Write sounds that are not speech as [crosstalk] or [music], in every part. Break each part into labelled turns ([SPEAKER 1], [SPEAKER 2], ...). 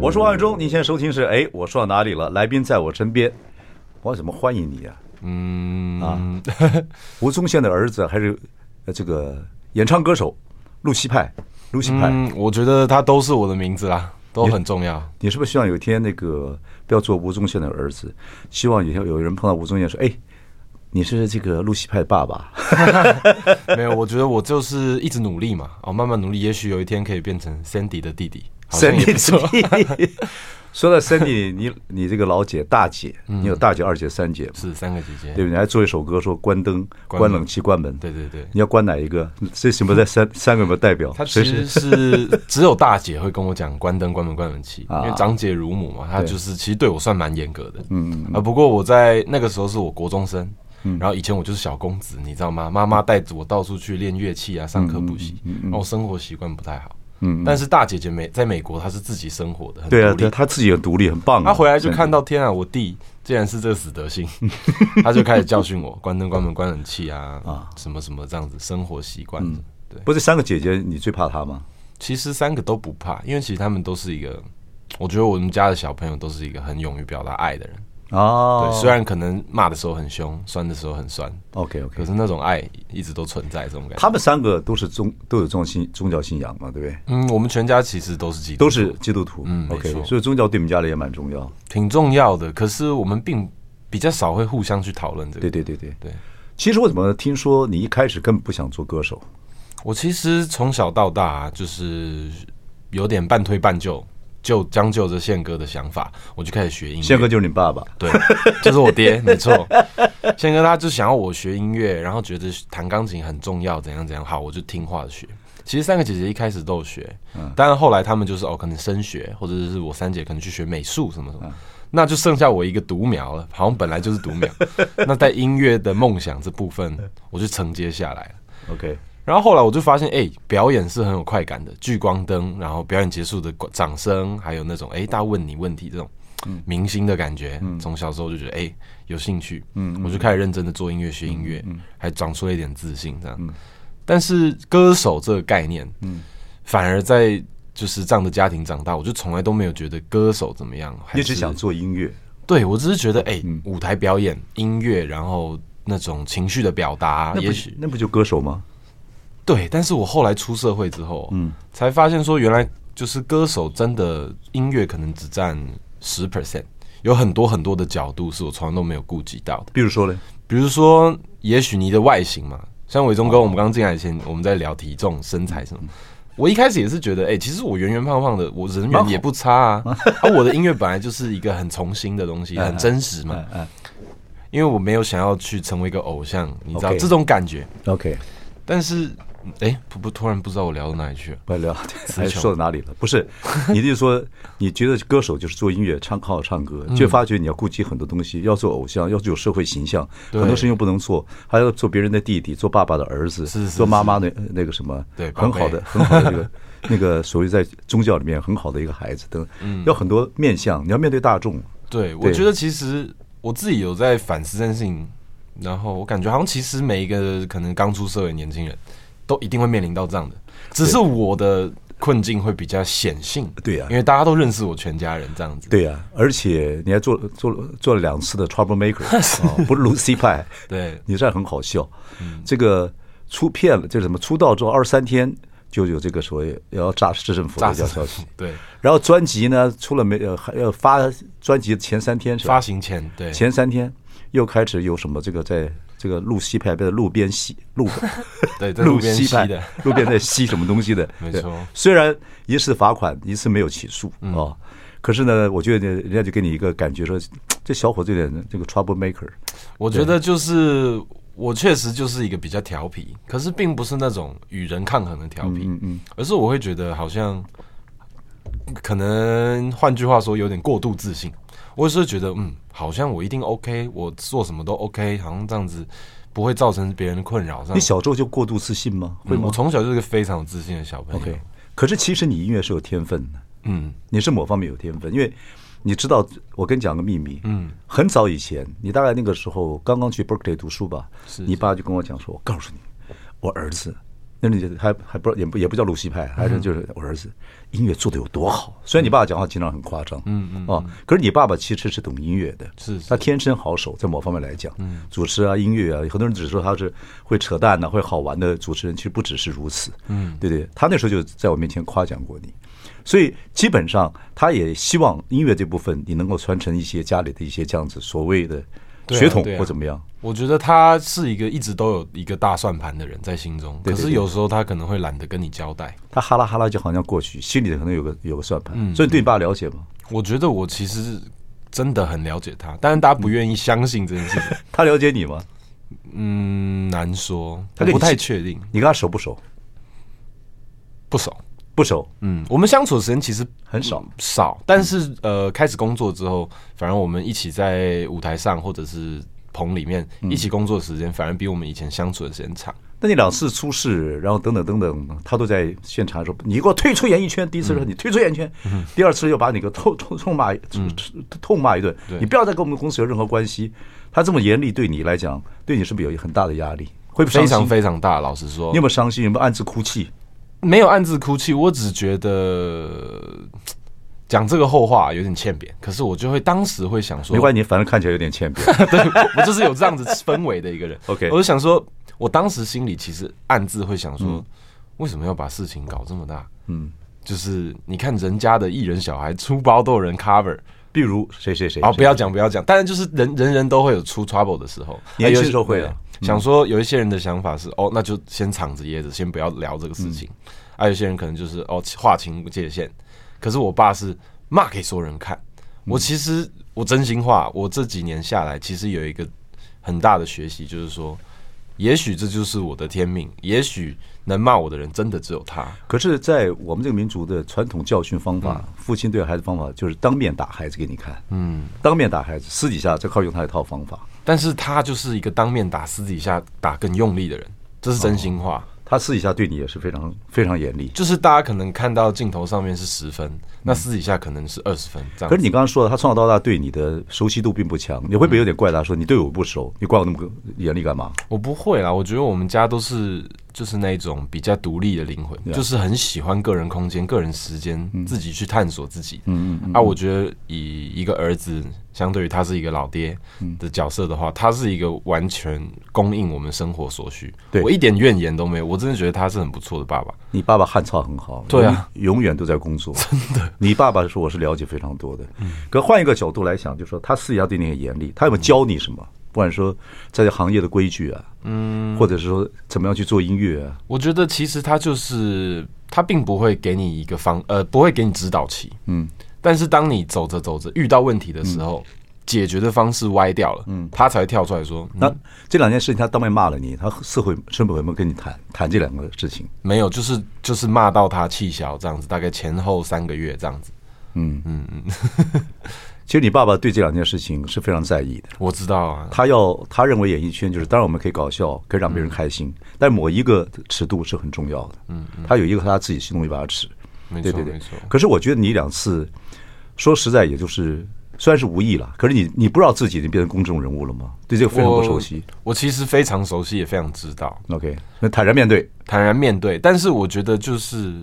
[SPEAKER 1] 我是王伟忠，你现在收听是哎，我说到哪里了？来宾在我身边，我怎么欢迎你啊？
[SPEAKER 2] 嗯
[SPEAKER 1] 啊，吴宗宪的儿子还是呃这个演唱歌手陆西派，陆西派，
[SPEAKER 2] 嗯，我觉得他都是我的名字啦， [laughs] 都很重要。
[SPEAKER 1] 你是不是希望有一天那个不要做吴宗宪的儿子？希望有一天有人碰到吴宗宪说：“哎，你是这个陆西派的爸爸。
[SPEAKER 2] [laughs] 没有，我觉得我就是一直努力嘛，哦，慢慢努力，也许有一天可以变成 Sandy 的弟弟。好像也不错
[SPEAKER 1] Sandy，说 [laughs] 到 Sandy，你你这个老姐大姐，
[SPEAKER 2] 嗯
[SPEAKER 1] 你有大姐、二姐、三姐嘛，
[SPEAKER 2] 是三个姐姐。
[SPEAKER 1] 对不对？你还做一首歌说关灯、
[SPEAKER 2] 关门
[SPEAKER 1] 关冷气、关门。
[SPEAKER 2] 对对对
[SPEAKER 1] 你要关哪一个？这什么在三三个有没有代表？
[SPEAKER 2] 他
[SPEAKER 1] 谁
[SPEAKER 2] 其
[SPEAKER 1] 是
[SPEAKER 2] 实 [laughs] 是只有大姐会跟我讲关灯、关门、关门器，因
[SPEAKER 1] 啊
[SPEAKER 2] 为长姐如母嘛，她就是其实对我算蛮严格的。嗯啊，不过我在那个时候是我国中生，然后以前我就是小公子，你知道吗？妈妈带着我到处去练乐器啊，上课补习，然后我生活习惯不太好。嗯，但是大姐姐美在美国她是自己生活的，很
[SPEAKER 1] 对啊，
[SPEAKER 2] 独立
[SPEAKER 1] 对啊，他自己很独立，很棒啊。
[SPEAKER 2] 他回来就
[SPEAKER 1] Sandy
[SPEAKER 2] 看到天啊，我弟竟然是这个死德
[SPEAKER 1] [laughs]
[SPEAKER 2] 性，他就开始教训我关灯、关门、关冷气啊，什么什么这样子生活习惯。
[SPEAKER 1] 嗯
[SPEAKER 2] 对，
[SPEAKER 1] 不是三个姐姐，你最怕她吗？
[SPEAKER 2] 其实三个都不怕，因为其实他们都是一个，我觉得我们家的小朋友都是一个很勇于表达爱的人。
[SPEAKER 1] 哦
[SPEAKER 2] 对，虽然可能骂的时候很凶，酸的时候很酸，
[SPEAKER 1] OK OK，
[SPEAKER 2] 可是那种爱一直都存在这种感觉。
[SPEAKER 1] 他们三个都是宗都有宗信宗教信仰嘛，对不对？
[SPEAKER 2] 嗯，我们全家其实都是基督徒
[SPEAKER 1] 都是基督徒，
[SPEAKER 2] 嗯没
[SPEAKER 1] o k
[SPEAKER 2] 错
[SPEAKER 1] 所以宗教对你们家里也蛮重要。
[SPEAKER 2] 挺重要的，可是我们并比较少会互相去讨论这个
[SPEAKER 1] 对。对对对，
[SPEAKER 2] 对。
[SPEAKER 1] 其实我怎么听说你一开始根本不想做歌手？
[SPEAKER 2] 我其实从小到大啊就是有点半推半就，就将就着宪哥的想法，我就开始学音乐。
[SPEAKER 1] 宪哥就是你爸爸，
[SPEAKER 2] 对， [laughs] 就是我爹，没错。宪哥他就想要我学音乐，然后觉得弹钢琴很重要，怎样怎样。好，我就听话的学。其实三个姐姐一开始都有学，
[SPEAKER 1] 嗯
[SPEAKER 2] 但是后来他们就是哦，可能升学，或者是我三姐可能去学美术什
[SPEAKER 1] 嗯
[SPEAKER 2] 么什么，那就剩下我一个独苗了。好像本来就是独
[SPEAKER 1] [laughs]
[SPEAKER 2] 苗，那在音乐的梦想这部分，我就承接下来了。
[SPEAKER 1] ，OK，
[SPEAKER 2] 然后后来我就发现，哎、表演是很有快感的，聚光灯，然后表演结束的掌声，还有那种哎、大家问你问题这种明星的感觉，从小时候就觉得哎、有兴趣，嗯，我就开始认真的做音乐，学音乐，还长出了一点自信这样。但是歌手这个概念，嗯，反而在就是这样的家庭长大，我就从来都没有觉得歌手怎么样，还
[SPEAKER 1] 一
[SPEAKER 2] 是
[SPEAKER 1] 直想做音乐，
[SPEAKER 2] 对我只是觉得哎、舞台表演、音乐，然后那种情绪的表达，
[SPEAKER 1] 那
[SPEAKER 2] 也
[SPEAKER 1] 不
[SPEAKER 2] 许
[SPEAKER 1] 那不就歌手吗？
[SPEAKER 2] 对，但是我后来出社会之后，嗯，才发现说原来就是歌手真的音乐可能只占十 percent，有很多很多的角度是我从来都没有顾及到的。
[SPEAKER 1] 比如说呢，
[SPEAKER 2] 比如说，也许你的外形嘛，像伟忠哥，我们刚进来以前，我们在聊体重、身材什么。我一开始也是觉得，哎、其实我圆圆胖胖的，我人缘也不差啊。啊，我的音乐本来就是一个很从新的东西，很真实嘛。因为我没有想要去成为一个偶像，你知道
[SPEAKER 1] OK
[SPEAKER 2] 这种感觉。
[SPEAKER 1] OK，
[SPEAKER 2] 但是，哎、不不，突然不知道我聊到哪里去了。
[SPEAKER 1] 不要聊，还
[SPEAKER 2] 球
[SPEAKER 1] 哎说到哪里了？不
[SPEAKER 2] [laughs]
[SPEAKER 1] 是，你的意思说，你觉得歌手就是做音乐，唱好好唱歌，
[SPEAKER 2] 嗯
[SPEAKER 1] 却发觉你要顾及很多东西，要做偶像，要有社会形象，
[SPEAKER 2] 对
[SPEAKER 1] 很多事情又不能做，还要做别人的弟弟，做爸爸的儿子，
[SPEAKER 2] 是是
[SPEAKER 1] 做妈妈的呃那个什么，
[SPEAKER 2] 对
[SPEAKER 1] 很
[SPEAKER 2] 宝贝
[SPEAKER 1] 好的，
[SPEAKER 2] [laughs]
[SPEAKER 1] 很好的这个那个所谓在宗教里面很好的一个孩子等，等，要很多面向，你要面对大众，
[SPEAKER 2] 嗯对，我
[SPEAKER 1] 对
[SPEAKER 2] 觉得其实我自己有在反思这件事情，然后我感觉好像其实每一个可能刚出社会的年轻人都一定会面临到这样的，只是我的困境会比较显性。
[SPEAKER 1] 对呀
[SPEAKER 2] 因为大家都认识我全家人这样子。
[SPEAKER 1] 对呀、而且你还做做做了两次的 trouble
[SPEAKER 2] [laughs]
[SPEAKER 1] maker，、哦、不是 Lucy 派，
[SPEAKER 2] 对
[SPEAKER 1] 你这样很好笑。
[SPEAKER 2] 嗯
[SPEAKER 1] 这个出片了，就是什么出道之后二十三天就有这个所谓要炸市政府的
[SPEAKER 2] 炸
[SPEAKER 1] 一条
[SPEAKER 2] 死
[SPEAKER 1] 消息，
[SPEAKER 2] 对，
[SPEAKER 1] 然后专辑呢出了没呃还要发专辑前三天是吧
[SPEAKER 2] 发行前对
[SPEAKER 1] 前三天又开始有什么这个在这个路西派被路边吸路
[SPEAKER 2] [laughs] 对在路边
[SPEAKER 1] 西
[SPEAKER 2] 吸
[SPEAKER 1] 派
[SPEAKER 2] 的
[SPEAKER 1] 路边在吸什么东
[SPEAKER 2] [laughs]
[SPEAKER 1] 西的，
[SPEAKER 2] 没
[SPEAKER 1] 对
[SPEAKER 2] 错嗯
[SPEAKER 1] 虽然一次罚款，一次没有起诉啊、哦可是呢，我觉得人家就给你一个感觉说，这小伙子有点这个 trouble maker。
[SPEAKER 2] 我觉得就是我确实就是一个比较调皮，可是
[SPEAKER 1] 嗯
[SPEAKER 2] 并不是那种与人抗衡的调皮，而是我会觉得好像可能换句话说，有点过度自信。我是觉得，嗯，好像我一定 OK，我做什么都 OK，好像这样子不会造成别人的困扰。这样
[SPEAKER 1] 你小时候就过度自信吗？会
[SPEAKER 2] 嗯
[SPEAKER 1] 吗
[SPEAKER 2] 我从小就是个非常有自信的小朋友。
[SPEAKER 1] ？OK，可是其实你音乐是有天分的，
[SPEAKER 2] 嗯
[SPEAKER 1] 你是某方面有天分，因为你知道，我跟你讲个秘密，
[SPEAKER 2] 嗯，
[SPEAKER 1] 很早以前，你大概那个时候刚刚去 Berkeley 读书吧，
[SPEAKER 2] 是
[SPEAKER 1] 你爸就跟我讲说，我告诉你，我儿子。那你还还不也不也不叫鲁西派，还是就是我儿子音乐做的有多好。虽然你爸爸讲话经常很夸张，嗯嗯啊，可是你爸爸其实是懂音乐的，
[SPEAKER 2] 是嗯是
[SPEAKER 1] 他天生好手，在某方面来讲，主持啊、音乐啊，很多人只说他是会扯淡啊的、会好玩的主持人，其实不只是如此，嗯，对不对？他那时候就在我面前夸奖过你，所以基本上他也希望音乐这部分你能够传承一些家里的一些这样子所谓的
[SPEAKER 2] 对啊
[SPEAKER 1] 血统
[SPEAKER 2] 对啊
[SPEAKER 1] 或怎么样，
[SPEAKER 2] 我觉得他是一个一直都有一个大算盘的人在心中，
[SPEAKER 1] 对
[SPEAKER 2] 可
[SPEAKER 1] 对
[SPEAKER 2] 是
[SPEAKER 1] 对
[SPEAKER 2] 有时候他可能会懒得跟你交代。
[SPEAKER 1] 他哈拉哈拉就好像过去，心里可能有个有个算盘，所以你对你爸了解吗？
[SPEAKER 2] 我觉得我其实真的很了解他，但是大家不愿意相信这件事情，
[SPEAKER 1] 他了解你吗？
[SPEAKER 2] 嗯，难说，
[SPEAKER 1] 他
[SPEAKER 2] 他
[SPEAKER 1] 跟你
[SPEAKER 2] 不太
[SPEAKER 1] 是
[SPEAKER 2] 确定，
[SPEAKER 1] 你跟他熟不熟？
[SPEAKER 2] 不熟。
[SPEAKER 1] 不熟，
[SPEAKER 2] 嗯，我们相处的时间其实
[SPEAKER 1] 很少
[SPEAKER 2] 嗯少，但是呃，开始工作之后，反而我们一起在舞台上或者是棚里面
[SPEAKER 1] 嗯
[SPEAKER 2] 一起工作的时间，反而比我们以前相处的时间长。
[SPEAKER 1] 那你两次出事，然后等等等等，他都在现场说：“你给我退出演艺圈。”第一次
[SPEAKER 2] 嗯
[SPEAKER 1] 说你退出演艺圈，第二次又把你给痛痛痛骂痛痛骂一顿，
[SPEAKER 2] 对
[SPEAKER 1] 你不要再跟我们公司有任何关系。他这么严厉对你来讲，对你是不是有很大的压力？会不会
[SPEAKER 2] 非
[SPEAKER 1] 伤
[SPEAKER 2] 常
[SPEAKER 1] 心？
[SPEAKER 2] 非常大，老实说，
[SPEAKER 1] 你有没有伤心？有没有暗自哭泣？
[SPEAKER 2] 没有暗自哭泣，我只觉得讲这个后话有点欠扁。可是我就会当时会想说，
[SPEAKER 1] 没关系，反正看起来有点欠扁。
[SPEAKER 2] 嗯我就是有这样子氛围的一个人。
[SPEAKER 1] [laughs] OK
[SPEAKER 2] 我就想说，我当时心里其实暗自会想说，为什么要把事情搞这么大？
[SPEAKER 1] 嗯，
[SPEAKER 2] 就是你看人家的艺人小孩出包都有人 cover
[SPEAKER 1] 比如谁谁谁
[SPEAKER 2] 啊，
[SPEAKER 1] 谁
[SPEAKER 2] 不要讲不要讲，当然就是人人人都会有出 trouble 的时候，
[SPEAKER 1] 年轻
[SPEAKER 2] 啊有些
[SPEAKER 1] 时候会啊
[SPEAKER 2] 对想说有一些人的想法是哦，那就先藏着掖着，先不要聊这个事情。
[SPEAKER 1] 嗯
[SPEAKER 2] 还、啊、有些人可能就是哦划清界限，可是我爸是骂给所有人看。
[SPEAKER 1] 嗯
[SPEAKER 2] 我其实我真心话，我这几年下来其实有一个很大的学习，就是说，也许这就是我的天命，也许能骂我的人真的只有他。
[SPEAKER 1] 可是，在我们这个民族的传统教训方法，
[SPEAKER 2] 嗯
[SPEAKER 1] 父亲对孩子方法就是当面打孩子给你看，嗯，当面打孩子，私底下再靠用他一套方法。
[SPEAKER 2] 但是他就是一个当面打、私底下打更用力的人，这是真心话。
[SPEAKER 1] 他私底下对你也是非常非常严厉。
[SPEAKER 2] 就是大家可能看到镜头上面是十分，那私底下嗯可能是二十分这样。
[SPEAKER 1] 可是你刚刚说的，他从小到大对你的熟悉度并不强，你会不
[SPEAKER 2] 嗯
[SPEAKER 1] 会有点怪他说你对我不熟，你管我那么个严厉干嘛？
[SPEAKER 2] 我不会啦，我觉得我们家都是就是那种比较独立的灵魂，就是很喜欢个人空间、个人时间，自己去探索自己。嗯嗯。啊，我觉得以一个儿子，相对于他是一个老爹的角色的话，他是一个完全供应我们生活所需。
[SPEAKER 1] 对
[SPEAKER 2] 我一点怨言都没有，我真的觉得他是很不错的爸爸。
[SPEAKER 1] 你爸爸汉操很好，
[SPEAKER 2] 对啊，
[SPEAKER 1] 永远都在工作， [laughs] 真的。嗯你爸爸是我是了解非常多的，可换一个角度来想，就说他私底下对你很严厉，他有没有教你什么？不管说在这行业的规矩啊，嗯，或者是说怎么样去做音乐啊，
[SPEAKER 2] 我觉得其实他就是他并不会给你一个方呃，不会给你指导期，嗯。但是当你走着走着遇到问题的时
[SPEAKER 1] 嗯
[SPEAKER 2] 候，解决的方式歪掉了，嗯，他才会跳出来说，
[SPEAKER 1] 那这两件事情他当面骂了你，他是会是不是有没有跟你谈谈这两个事情？
[SPEAKER 2] 没有，就是就是骂到他气消这样子，大概前后三个月这样子。
[SPEAKER 1] 其实你爸爸对这两件事情是非常在意的。
[SPEAKER 2] 我知道啊，
[SPEAKER 1] 他要他认为演艺圈就是，当然我们可以搞笑，可以让别人开心，但某一个尺度是很重要的。嗯，他有一个他自己心中一把尺。
[SPEAKER 2] 没
[SPEAKER 1] 对
[SPEAKER 2] 错
[SPEAKER 1] 对对
[SPEAKER 2] 没错。
[SPEAKER 1] 可是我觉得你两次，说实在，也就是虽然是无意了，可是你你不知道自己已经变成公众人物了吗？对这个非常不熟悉。
[SPEAKER 2] 我其实非常熟悉，也非常知道，
[SPEAKER 1] OK，那坦然面对，
[SPEAKER 2] 坦然面对。但是我觉得就是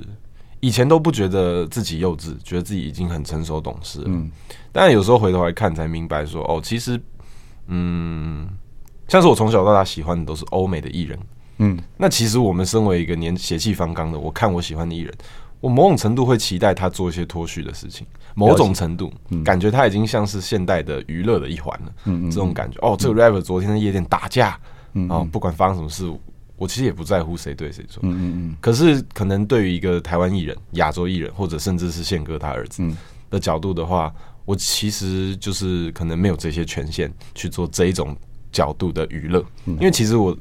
[SPEAKER 2] 以前都不觉得自己幼稚，觉得自己已经很成熟懂事。嗯，但有时候回头来看，才明白说，哦，其实，嗯，像是我从小到大喜欢的都是欧美的艺人。
[SPEAKER 1] 嗯，
[SPEAKER 2] 那其实我们身为一个年血气方刚的，我看我喜欢的艺人，我某种程度会期待他做一些脱序的事情，某种程度、感觉他已经像是现代的娱乐的一环了，这种感觉。哦，这个 rapper 昨天在夜店打架，哦，不管发生什么事，我其实也不在乎谁对谁错，嗯嗯嗯。可是可能对于一个台湾艺人、亚洲艺人，或者甚至是宪哥他儿子的角度的话，我其实就是可能没有这些权限去做这一种角度的娱乐，因为其实我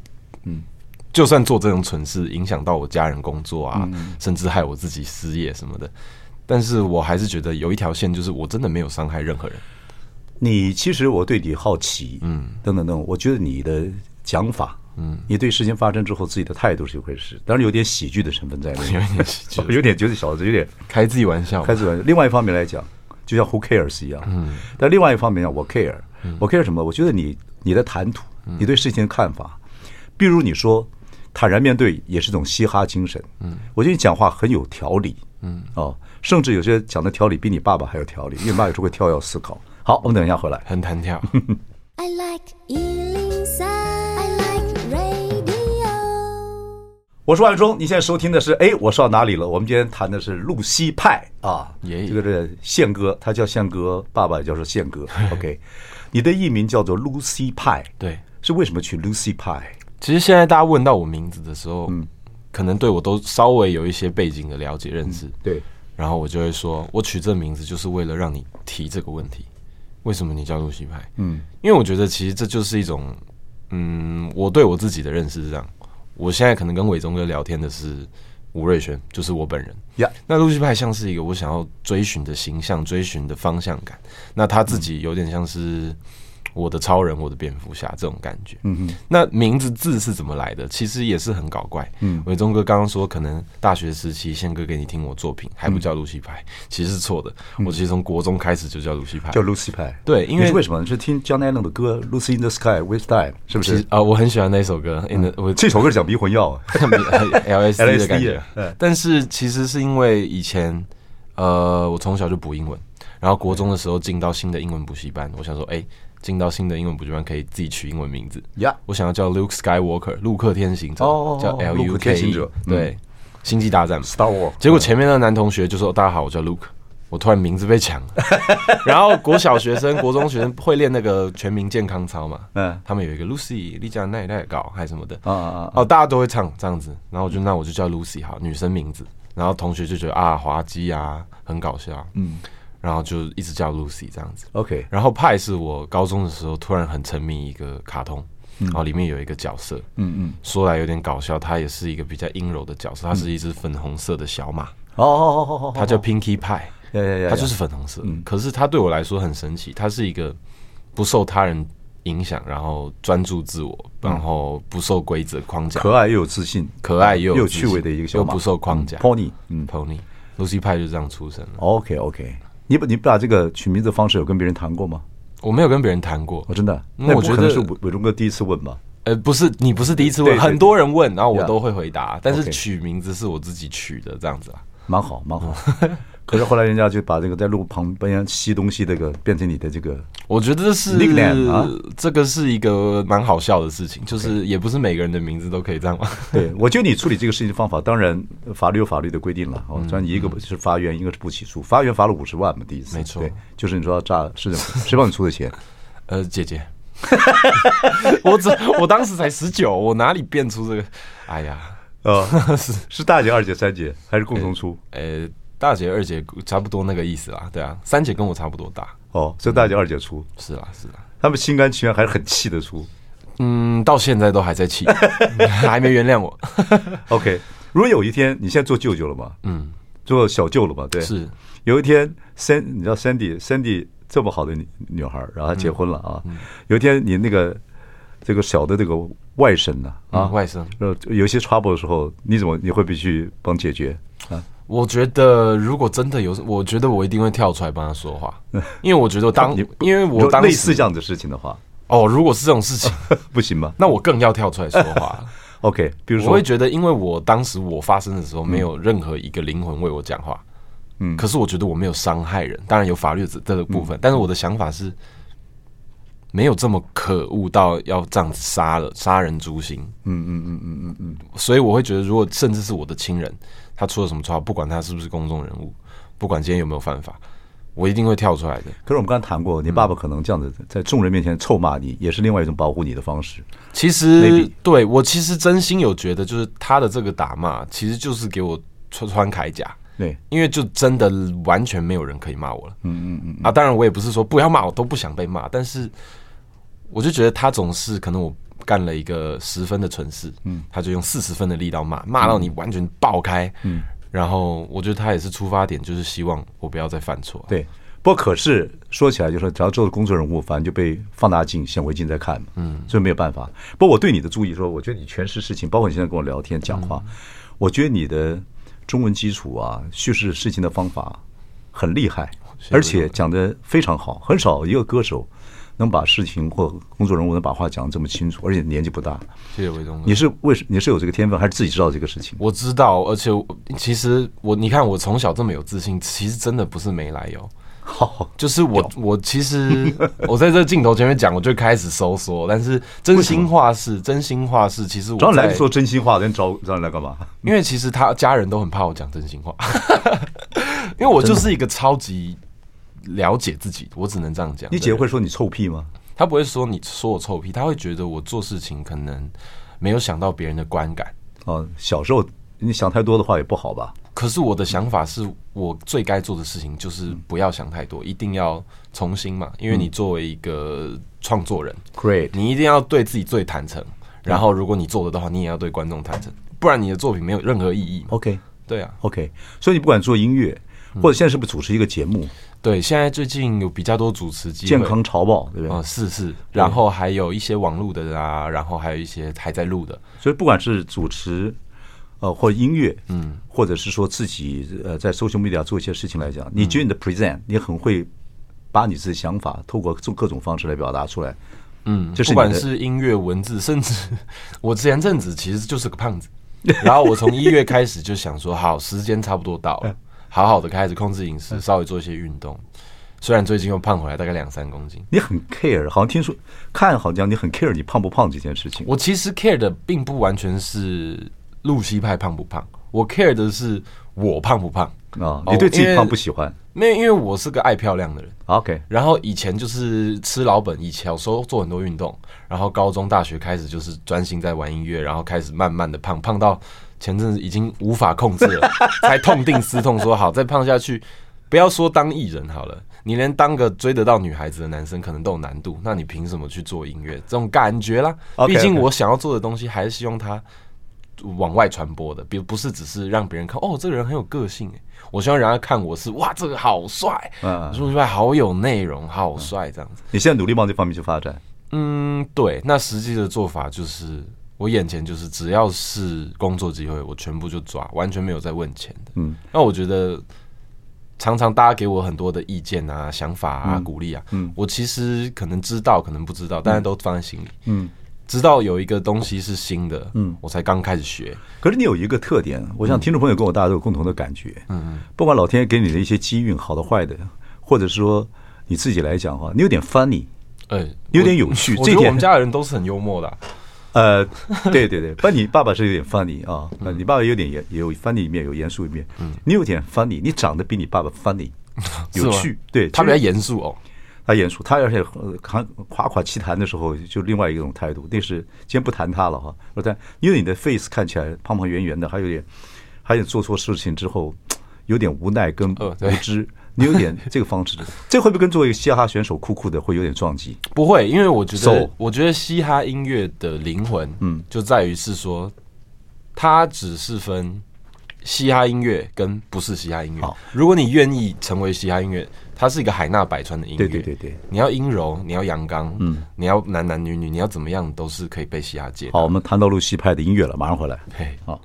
[SPEAKER 2] 就算做这种蠢事，影响到我家人工作啊，甚至害我自己失业什么的，但是我还是觉得有一条线，就是我真的没有伤害任何人。
[SPEAKER 1] 你其实我对你好奇，嗯，等等等，我觉得你的讲法，嗯，你对事情发生之后自己的态度是一回事，当然有点喜剧的成分在里面，
[SPEAKER 2] [laughs] 有点喜剧
[SPEAKER 1] [laughs] 有点觉得小子有点
[SPEAKER 2] 开自己玩笑嘛，
[SPEAKER 1] 开始玩。另外一方面来讲，就像 Who cares 一样，嗯，但另外一方面讲，我 care，我 care 什么？我觉得你你的谈吐，你对事情的看法，比如你说坦然面对也是一种嘻哈精神，嗯，我觉得你讲话很有条理，嗯，哦，甚至有些讲的条理比你爸爸还有条理，因为你爸有时候会跳跃思考。好，我们等一下回来。
[SPEAKER 2] 很弹跳。
[SPEAKER 3] I like Ealing Sound. I like radio.
[SPEAKER 1] 我是万忠，你现在收听的是哎，我说到哪里了？我们今天谈的是露西派啊，
[SPEAKER 2] 耶
[SPEAKER 1] 这个是宪哥，他叫宪哥，爸爸也叫做宪
[SPEAKER 2] [laughs]
[SPEAKER 1] 哥。OK，你的艺名叫做 Lucy 派，
[SPEAKER 2] 对，
[SPEAKER 1] 是为什么取 Lucy 派？
[SPEAKER 2] 其实现在大家问到我名字的时候，可能对我都稍微有一些背景的了解认识，
[SPEAKER 1] 对，
[SPEAKER 2] 然后我就会说，我取这名字就是为了让你提这个问题，为什么你叫露西派？嗯，因为我觉得其实这就是一种，嗯，我对我自己的认识是这样。我现在可能跟伟忠哥聊天的是吴瑞轩，就是我本人。
[SPEAKER 1] 呀，
[SPEAKER 2] 那露西派像是一个我想要追寻的形象、追寻的方向感。那他自己有点像是我的超人、我的蝙蝠侠这种感觉。嗯嗯。那名字字是怎么来的？其实也是很搞怪。嗯。伟忠哥刚刚说，可能大学时期宪哥给你听我作品，还不叫露西派，其实是错的。我其实从国中开始就叫露西派。
[SPEAKER 1] 叫 Lucy 派。
[SPEAKER 2] 对因为
[SPEAKER 1] 你是为什么？你是听 John Lennon 的歌《Lucy in the Sky with Time》，是不
[SPEAKER 2] 其
[SPEAKER 1] 是
[SPEAKER 2] 实？啊，我很喜欢那首歌。In the, 我
[SPEAKER 1] 这首歌是讲迷魂
[SPEAKER 2] [laughs]
[SPEAKER 1] 药啊，
[SPEAKER 2] LSD 的感
[SPEAKER 1] LSD
[SPEAKER 2] 觉
[SPEAKER 1] 耶嗯。
[SPEAKER 2] 但是其实是因为以前，呃，我从小就补英文，然后国中的时候进到新的英文补习班，我想说，哎、进到新的英文补习班可以自己取英文名字。
[SPEAKER 1] 呀
[SPEAKER 2] 我想要叫 Luke Skywalker，陆克天行者，
[SPEAKER 1] 哦哦哦
[SPEAKER 2] 叫
[SPEAKER 1] 陆
[SPEAKER 2] L
[SPEAKER 1] 克天
[SPEAKER 2] U K E，
[SPEAKER 1] 行者嗯
[SPEAKER 2] 对，星际大战嘛。
[SPEAKER 1] ，Star Wars。
[SPEAKER 2] 结果前面那个男同学就说：“大家好，我叫 Luke。”我突然名字被抢了， [laughs] 然后国小学生、国中学生会练那个全民健康操嘛，
[SPEAKER 1] 嗯
[SPEAKER 2] 他们有一个 Lucy、丽佳奈奈搞还是什么的，
[SPEAKER 1] 啊啊啊！
[SPEAKER 2] 哦，大家都会唱这样子，然后我就那我就叫 Lucy 好，女生名字，然后同学就觉得啊滑稽啊，很搞笑，嗯，然后就一直叫 Lucy 这样子。
[SPEAKER 1] OK，
[SPEAKER 2] 然后派是我高中的时候突然很沉迷一个卡通，
[SPEAKER 1] 嗯
[SPEAKER 2] 然后里面有一个角色，嗯嗯，说来有点搞笑，他也是一个比较阴柔的角色，他是一只粉红色的小马，
[SPEAKER 1] 哦哦哦哦哦，
[SPEAKER 2] 它叫 Pinkie Pie，
[SPEAKER 1] 呀呀呀呀
[SPEAKER 2] 它就是粉红色。
[SPEAKER 1] 嗯
[SPEAKER 2] 可是它对我来说很神奇，它是一个不受他人影响，然后专注自我，然后不受规则框架，
[SPEAKER 1] 可爱又有自信，
[SPEAKER 2] 可爱又
[SPEAKER 1] 又有
[SPEAKER 2] 自
[SPEAKER 1] 趣
[SPEAKER 2] 信
[SPEAKER 1] 味的一个小
[SPEAKER 2] 又
[SPEAKER 1] 马
[SPEAKER 2] 不受框架。
[SPEAKER 1] Pony，嗯
[SPEAKER 2] Pony Lucy 派就这样出生了。
[SPEAKER 1] ，OK OK，你把你把这个取名字的方式有跟别人谈过吗？
[SPEAKER 2] 我没有跟别人谈过
[SPEAKER 1] 我，真的，啊
[SPEAKER 2] 嗯
[SPEAKER 1] 那
[SPEAKER 2] 我
[SPEAKER 1] 不
[SPEAKER 2] 觉
[SPEAKER 1] 可能
[SPEAKER 2] 得
[SPEAKER 1] 是伟伟忠哥第一次问吧？
[SPEAKER 2] 呃，不是你不是第一次
[SPEAKER 1] 对
[SPEAKER 2] 问，
[SPEAKER 1] 对
[SPEAKER 2] 很多人问，然后我
[SPEAKER 1] Yeah
[SPEAKER 2] 都会回答，但是
[SPEAKER 1] OK
[SPEAKER 2] 取名字是我自己取的，这样子啦。啊
[SPEAKER 1] 蛮好，蛮好。 [laughs] 可是后来人家就把这个在路旁边吸东西这个变成你的这
[SPEAKER 2] [laughs]
[SPEAKER 1] 个，
[SPEAKER 2] 我觉得这是
[SPEAKER 1] Nickname 啊
[SPEAKER 2] 这个是一个蛮好笑的事情，就是也不是每个人的名字都可以这样玩。
[SPEAKER 1] 对我觉得你处理这个事情的方法，当然呃法律有法律的规定了。
[SPEAKER 2] 嗯
[SPEAKER 1] 哦，虽然你一个是罚元，一个是不起诉，罚元罚了五十万嘛，第一次，
[SPEAKER 2] 没错
[SPEAKER 1] 对，就是你说要诈是谁帮你出的
[SPEAKER 2] [laughs]
[SPEAKER 1] 钱？
[SPEAKER 2] [laughs] 呃，姐姐， [laughs] 我只我当时才十九，我哪里变出这个？哎呀， [laughs]
[SPEAKER 1] 呃，是是大姐、二姐、三姐还是共同出？
[SPEAKER 2] 呃，大姐、二姐差不多那个意思啦，对啊，三姐跟我差不多大，
[SPEAKER 1] 哦，所以大姐、二姐出，
[SPEAKER 2] 是啦，是啦，
[SPEAKER 1] 他们心甘情愿还是很气的出。
[SPEAKER 2] 嗯，到现在都还在气， [laughs] 还没原谅我，
[SPEAKER 1] [laughs] OK，如果有一天你现在做舅舅了嘛，
[SPEAKER 2] 嗯，
[SPEAKER 1] 做小舅了嘛，对，
[SPEAKER 2] 是
[SPEAKER 1] 有一天，San，你知道 Sandy，Sandy 这么好的女女孩儿，然后她结婚了啊。
[SPEAKER 2] 嗯
[SPEAKER 1] 有一天，你那个这个小的这个外甥呢啊，
[SPEAKER 2] 嗯外甥
[SPEAKER 1] 呃，有一些 trouble 的时候，你怎么你会必须帮解决？
[SPEAKER 2] 我觉得如果真的有，我觉得我一定会跳出来帮他说话，因为我觉得我
[SPEAKER 1] [laughs]
[SPEAKER 2] 当
[SPEAKER 1] 你，
[SPEAKER 2] 因为
[SPEAKER 1] 如
[SPEAKER 2] 我
[SPEAKER 1] 果
[SPEAKER 2] 当
[SPEAKER 1] 类
[SPEAKER 2] 时
[SPEAKER 1] 似这样的事情的话， [laughs]
[SPEAKER 2] 哦，如果是这种事情，
[SPEAKER 1] 不行吗
[SPEAKER 2] 那我更要跳出来说 [laughs] 话。
[SPEAKER 1] ？OK，比如
[SPEAKER 2] 我
[SPEAKER 1] 说
[SPEAKER 2] 会觉得，因为我当时我发生的时候，没有任何一个灵魂为我讲话，嗯，可是我觉得我没有伤害人，当然有法律的这个部分，但是我的想法是，没有这么可恶到要这样子杀了杀人诛心，嗯嗯嗯嗯嗯嗯，所以我会觉得，如果甚至是我的亲人，他出了什么错，不管他是不是公众人物，不管今天有没有犯法，我一定会跳出来的。
[SPEAKER 1] 可是我们刚才谈
[SPEAKER 2] 嗯
[SPEAKER 1] 过，你爸爸可能这样子在众人面前臭骂你，也是另外一种保护你的方式。
[SPEAKER 2] 其
[SPEAKER 1] Maybe
[SPEAKER 2] 实对我其实真心有觉得，就是他的这个打骂，其实就是给我穿穿铠甲。
[SPEAKER 1] 对，
[SPEAKER 2] 因为就真的完全没有人可以骂我了。嗯嗯嗯。啊，当然我也不是说不要骂，我都不想被骂，但是我就觉得他总是可能我干了一个十分的蠢事，嗯，他就用四十分的力道骂，骂到你完全爆开，嗯，然后我觉得他也是出发点，就是希望我不要再犯错、啊。
[SPEAKER 1] 对，不过可是说起来，就是只要做公众人物，反正就被放大镜、显微镜在看嘛，嗯，所以没有办法。不过我对你的注意说，我觉得你诠释事情，包括你现在跟我聊天讲话，我觉得你的中文基础啊，叙事事情的方法很厉害，
[SPEAKER 2] 谢
[SPEAKER 1] 而且讲的非常好，很少一个歌手能把事情或工作人物能把话讲得这么清楚，而且年纪不大。
[SPEAKER 2] 谢谢伟东哥，
[SPEAKER 1] 你是为什你是有这个天分，还是自己知道这个事情？ [laughs]
[SPEAKER 2] 我知道，而且我其实我你看我从小这么有自信，其实真的不是没来由。
[SPEAKER 1] 好，
[SPEAKER 2] 就是 [laughs] 我，我其实我在这镜头前面讲，我就开始收缩。但是真心话是真心话是，其实我
[SPEAKER 1] 只要你来
[SPEAKER 2] 在
[SPEAKER 1] 说真心话，人找找你来干嘛？
[SPEAKER 2] 因为其实他家人都很怕我讲真心话， [laughs] 因为我就是一个超级了解自己，我只能这样讲。
[SPEAKER 1] 你姐会说你臭屁吗？
[SPEAKER 2] 他不会说你说我臭屁，他会觉得我做事情可能没有想到别人的观感。
[SPEAKER 1] 啊，小时候你想太多的话也不好吧？
[SPEAKER 2] 可是我的想法是我最该做的事情就是不要想太多，一定要重新嘛，因为
[SPEAKER 1] 嗯
[SPEAKER 2] 你作为一个创作人
[SPEAKER 1] Great
[SPEAKER 2] 你一定要对自己最坦诚。然后，如果你做了的话，你也要对观众坦诚，不然你的作品没有任何意义嘛。
[SPEAKER 1] OK
[SPEAKER 2] 对啊，
[SPEAKER 1] OK，所以你不管做音乐，
[SPEAKER 2] 嗯
[SPEAKER 1] 或者现在是不是主持一个节目《
[SPEAKER 2] 对，现在最近有比较多主持机会，
[SPEAKER 1] 健康潮报》，对不
[SPEAKER 2] 啊、
[SPEAKER 1] 对？
[SPEAKER 2] 是是，然后还有一些网络的啊，然后还有一些还在录的，
[SPEAKER 1] 所以不管是主持，呃，或音乐，嗯，或者是说自己呃在 social media 做一些事情来
[SPEAKER 2] 嗯
[SPEAKER 1] 讲，你觉得你的 present 你很会把你自己想法透过各种方式来表达出来，嗯，这是
[SPEAKER 2] 不
[SPEAKER 1] 你
[SPEAKER 2] 管
[SPEAKER 1] 的
[SPEAKER 2] 是音乐、文字，甚至 [laughs] 我前阵子其实就是个胖子， [laughs] 然后我从一月开始就想说，好，时间差不多到
[SPEAKER 1] 嗯
[SPEAKER 2] 了，好好的开始控制饮食，稍微做一些运动。虽然最近又胖回来大概两三公斤，
[SPEAKER 1] 你很 care，好像听说看好像你很 care 你胖不胖这件事情。
[SPEAKER 2] 我其实 care 的并不完全是露西派胖不胖，我 care 的是我胖不胖
[SPEAKER 1] 啊，你对自己胖不喜
[SPEAKER 2] 欢？
[SPEAKER 1] 欢
[SPEAKER 2] 因为没有，因为我是个爱漂亮的人。
[SPEAKER 1] ？OK，
[SPEAKER 2] 然后以前就是吃老本，以前小时候做很多运动，然后高中、大学开始就是专心在玩音乐，然后开始慢慢的胖，胖到前阵子已经无法控制了，才痛定思痛说好，再胖下去，不要说当艺人好了，你连当个追得到女孩子的男生可能都有难度，那你凭什么去做音乐？这种感觉啦，
[SPEAKER 1] OK，OK
[SPEAKER 2] 毕竟我想要做的东西还是希望它往外传播的，比如不是只是让别人看哦，这个人很有个性欸我希望人家看我是哇，这个好帅，
[SPEAKER 1] 嗯
[SPEAKER 2] 嗯，说出来好有内容，好帅这样子。
[SPEAKER 1] 你现在努力往这方面去发展。
[SPEAKER 2] 嗯，对。那实际的做法就是，我眼前就是只要是工作机会，我全部就抓，完全没有在问钱的。
[SPEAKER 1] 嗯，
[SPEAKER 2] 那我觉得常常大家给我很多的意见啊、想法啊、鼓励啊，
[SPEAKER 1] 嗯
[SPEAKER 2] 我其实可能知道，可能不知道，但是都放在心里。
[SPEAKER 1] 嗯，
[SPEAKER 2] 直到有一个东西是新的，嗯，我才刚开始学。
[SPEAKER 1] 可是你有一个特点，我
[SPEAKER 2] 嗯
[SPEAKER 1] 想听众朋友跟我大家都有共同的感觉。嗯，不管老天爷给你的一些机运，好的坏的，或者说你自己来讲哈，你有点 funny。
[SPEAKER 2] 呃、
[SPEAKER 1] 有点
[SPEAKER 2] 我
[SPEAKER 1] 有趣
[SPEAKER 2] 我
[SPEAKER 1] 这
[SPEAKER 2] 觉得
[SPEAKER 1] 点
[SPEAKER 2] 我们家的人都是很幽默的啊、 [laughs]
[SPEAKER 1] 呃，对对对，但你爸爸是有点 funny 啊，
[SPEAKER 2] 嗯
[SPEAKER 1] 呃你爸爸有点也也有 funny 一面，有严肃一面。嗯，你有点 funny，你长得比你爸爸 funny，
[SPEAKER 2] [laughs] 是
[SPEAKER 1] 有
[SPEAKER 2] 吗
[SPEAKER 1] 趣。对，
[SPEAKER 2] 他
[SPEAKER 1] 就是
[SPEAKER 2] 比较严肃哦。
[SPEAKER 1] 他严肃，他而且呃夸夸夸其谈的时候，就另外一种态度。那是今天不谈他了哈，我但因为你的 face 看起来胖胖圆圆的，还有点，还有点做错事情之后，有点无奈跟
[SPEAKER 2] 呃
[SPEAKER 1] 无
[SPEAKER 2] 对
[SPEAKER 1] 知，你有点这个方式，这会不会跟作为一个嘻哈选手酷酷的会有点撞击？
[SPEAKER 2] 不会，因为我觉得
[SPEAKER 1] So-
[SPEAKER 2] 我觉得嘻哈音乐的灵魂，嗯，就在于是说，它只是分嘻哈音乐跟不是嘻哈音乐
[SPEAKER 1] 好。
[SPEAKER 2] 如果你愿意成为嘻哈音乐，它是一个海纳百川的音乐。
[SPEAKER 1] 对对对对。
[SPEAKER 2] 你要阴柔，你要阳刚，嗯，你要男男女女，你要怎么样都是可以被嘻哈接。
[SPEAKER 1] 好，我们谈到露西派的音乐了，马上回来。
[SPEAKER 2] 嘿，
[SPEAKER 1] 好，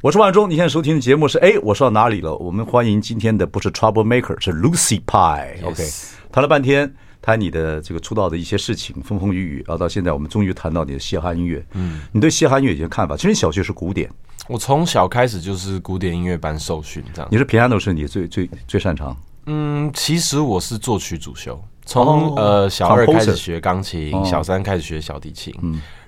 [SPEAKER 1] 我是万忠，你现在收听的节目是哎，我说到哪里了？我们欢迎今天的不是 Trouble Maker，是 Lucy Pie。OK，谈了半天，谈你的这个出道的一些事情，风风雨雨，然后到现在，我们终于谈到你的嘻哈音乐。嗯，你对嘻哈音乐有些看法？其实你小学是古典，
[SPEAKER 2] 我从小开始就是古典音乐班受训，这样
[SPEAKER 1] 你。是 piano 是你最最最擅长。
[SPEAKER 2] 嗯，其实我是作曲主修，从、呃小二
[SPEAKER 1] 哦 composer 哦嗯
[SPEAKER 2] 开始学钢琴，小三开始学小提琴，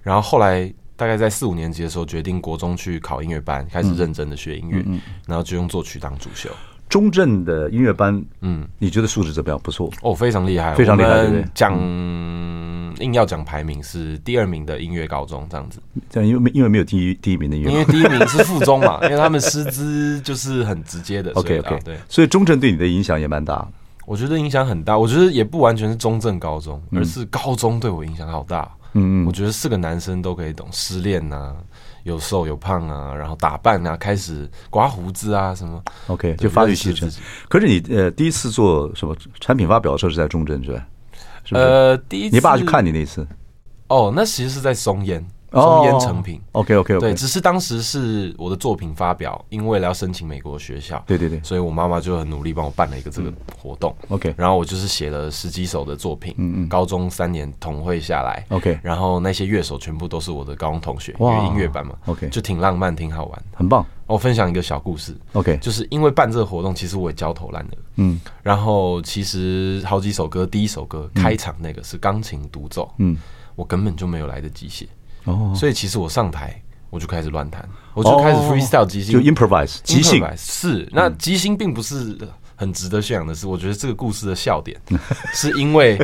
[SPEAKER 2] 然后后来大概在四五年级的时候决定国中去考音乐班，开始认真的学音
[SPEAKER 1] 嗯
[SPEAKER 2] 乐，然后就用作曲当主修。
[SPEAKER 1] 中正的音乐班，嗯，你觉得素质怎么样？不错。
[SPEAKER 2] 哦，非常厉害，
[SPEAKER 1] 非常厉害
[SPEAKER 2] 我
[SPEAKER 1] 对不
[SPEAKER 2] 们
[SPEAKER 1] 对
[SPEAKER 2] 讲嗯硬要讲排名是第二名的音乐高中这样子，
[SPEAKER 1] 这样因为没因为没有第一第一名的音乐
[SPEAKER 2] 因
[SPEAKER 1] [laughs] 班
[SPEAKER 2] 为第一名是附中嘛，因为他们师资就是很直接的。所
[SPEAKER 1] OK
[SPEAKER 2] 以啊
[SPEAKER 1] OK，
[SPEAKER 2] 对，
[SPEAKER 1] 所以中正对你的影响也蛮大。
[SPEAKER 2] 我觉得影响很大。我觉得也不完全是中正高中，而是高中对我影响好大。
[SPEAKER 1] 嗯
[SPEAKER 2] 我
[SPEAKER 1] 嗯
[SPEAKER 2] 觉得是个男生都可以懂失恋啊，有瘦有胖啊，然后打扮啊，开始刮胡子啊什么，
[SPEAKER 1] ，OK，
[SPEAKER 2] 对
[SPEAKER 1] 就发育
[SPEAKER 2] 认识
[SPEAKER 1] 期成
[SPEAKER 2] 自己。
[SPEAKER 1] 可是你呃第一次做什么产品发表的时候是在中正是吧？是不是？
[SPEAKER 2] 呃，第一次
[SPEAKER 1] 你爸去看你那次，
[SPEAKER 2] 哦，那其实是在松烟，
[SPEAKER 1] 哦
[SPEAKER 2] 松烟成品。
[SPEAKER 1] OK OK
[SPEAKER 2] 对，
[SPEAKER 1] OK，
[SPEAKER 2] 只是当时是我的作品发表，因为了要申请美国学校，
[SPEAKER 1] 对对嗯对
[SPEAKER 2] 所以我妈妈就很努力帮我办了一个这个活动。
[SPEAKER 1] OK
[SPEAKER 2] 然后我就是写了十几首的作品，嗯嗯，高中三年同会下来
[SPEAKER 1] OK
[SPEAKER 2] 然后那些乐手全部都是我的高中同学，因
[SPEAKER 1] 哇
[SPEAKER 2] 为音乐班嘛
[SPEAKER 1] OK
[SPEAKER 2] 就挺浪漫，挺好玩。
[SPEAKER 1] 很棒
[SPEAKER 2] 我分享一个小故事
[SPEAKER 1] OK
[SPEAKER 2] 就是因为办这个活动，其实我也焦头烂额，
[SPEAKER 1] 嗯
[SPEAKER 2] 然后其实好几首歌，第一首歌开场那个是钢琴独奏，
[SPEAKER 1] 嗯
[SPEAKER 2] 我根本就没有来得及写，
[SPEAKER 1] 哦，
[SPEAKER 2] 所以其实我上台我就开始乱弹，我就开始
[SPEAKER 1] 哦
[SPEAKER 2] freestyle 即兴，
[SPEAKER 1] 就 improvise 即兴
[SPEAKER 2] improvise，是嗯那即兴并不是很值得宣扬的是，我觉得这个故事的笑点是因为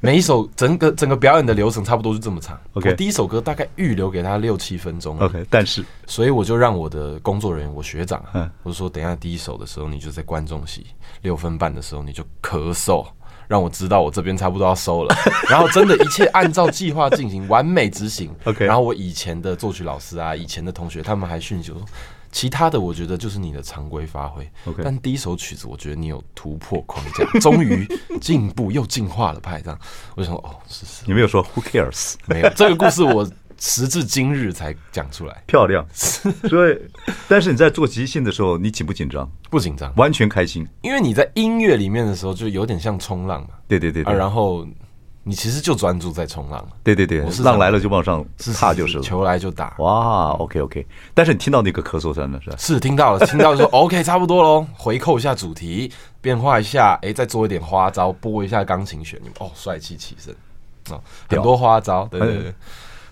[SPEAKER 2] 每一首整个整个表演的流程差不多就这么长。
[SPEAKER 1] OK
[SPEAKER 2] 我第一首歌大概预留给他六七分钟
[SPEAKER 1] OK，但是
[SPEAKER 2] 所以我就让我的工作人员，我学长啊，
[SPEAKER 1] 嗯
[SPEAKER 2] 我就说等一下第一首的时候，你就在观众席六分半的时候你就咳嗽，让我知道我这边差不多要收
[SPEAKER 1] [laughs]
[SPEAKER 2] 了。然后真的，一切按照计划进行，完美执行。
[SPEAKER 1] OK
[SPEAKER 2] 然后我以前的作曲老师啊，以前的同学，他们还训诫我说。其他的我觉得就是你的常规发挥
[SPEAKER 1] OK
[SPEAKER 2] 但第一首曲子我觉得你有突破框架，终于进步又进化了派这样，我就想说哦是是
[SPEAKER 1] 你没有说 Who cares？
[SPEAKER 2] 没有这个故事我时至今日才讲出来，
[SPEAKER 1] 漂
[SPEAKER 2] [laughs]
[SPEAKER 1] 亮，所以但是你在做即兴的时候，你紧不紧张？
[SPEAKER 2] 不紧张。
[SPEAKER 1] 完全开心，
[SPEAKER 2] 因为你在音乐里面的时候，就有点像冲浪嘛，
[SPEAKER 1] 对对对
[SPEAKER 2] 啊，
[SPEAKER 1] 对，
[SPEAKER 2] 然后你其实就专注在冲浪了，
[SPEAKER 1] 对对对
[SPEAKER 2] 我是，这样
[SPEAKER 1] 浪来了就往上
[SPEAKER 2] 是
[SPEAKER 1] 踏就是了。
[SPEAKER 2] 球来就打，
[SPEAKER 1] 哇，OK OK，但是你听到那个咳嗽声了是吧？
[SPEAKER 2] 是听到了，听到就说 [laughs] OK，差不多喽，回扣一下主题，变化一下，哎，再做一点花招，拨一下钢琴弦，哦，帅气起身，哦，很多花招，对
[SPEAKER 1] 哎
[SPEAKER 2] 对对，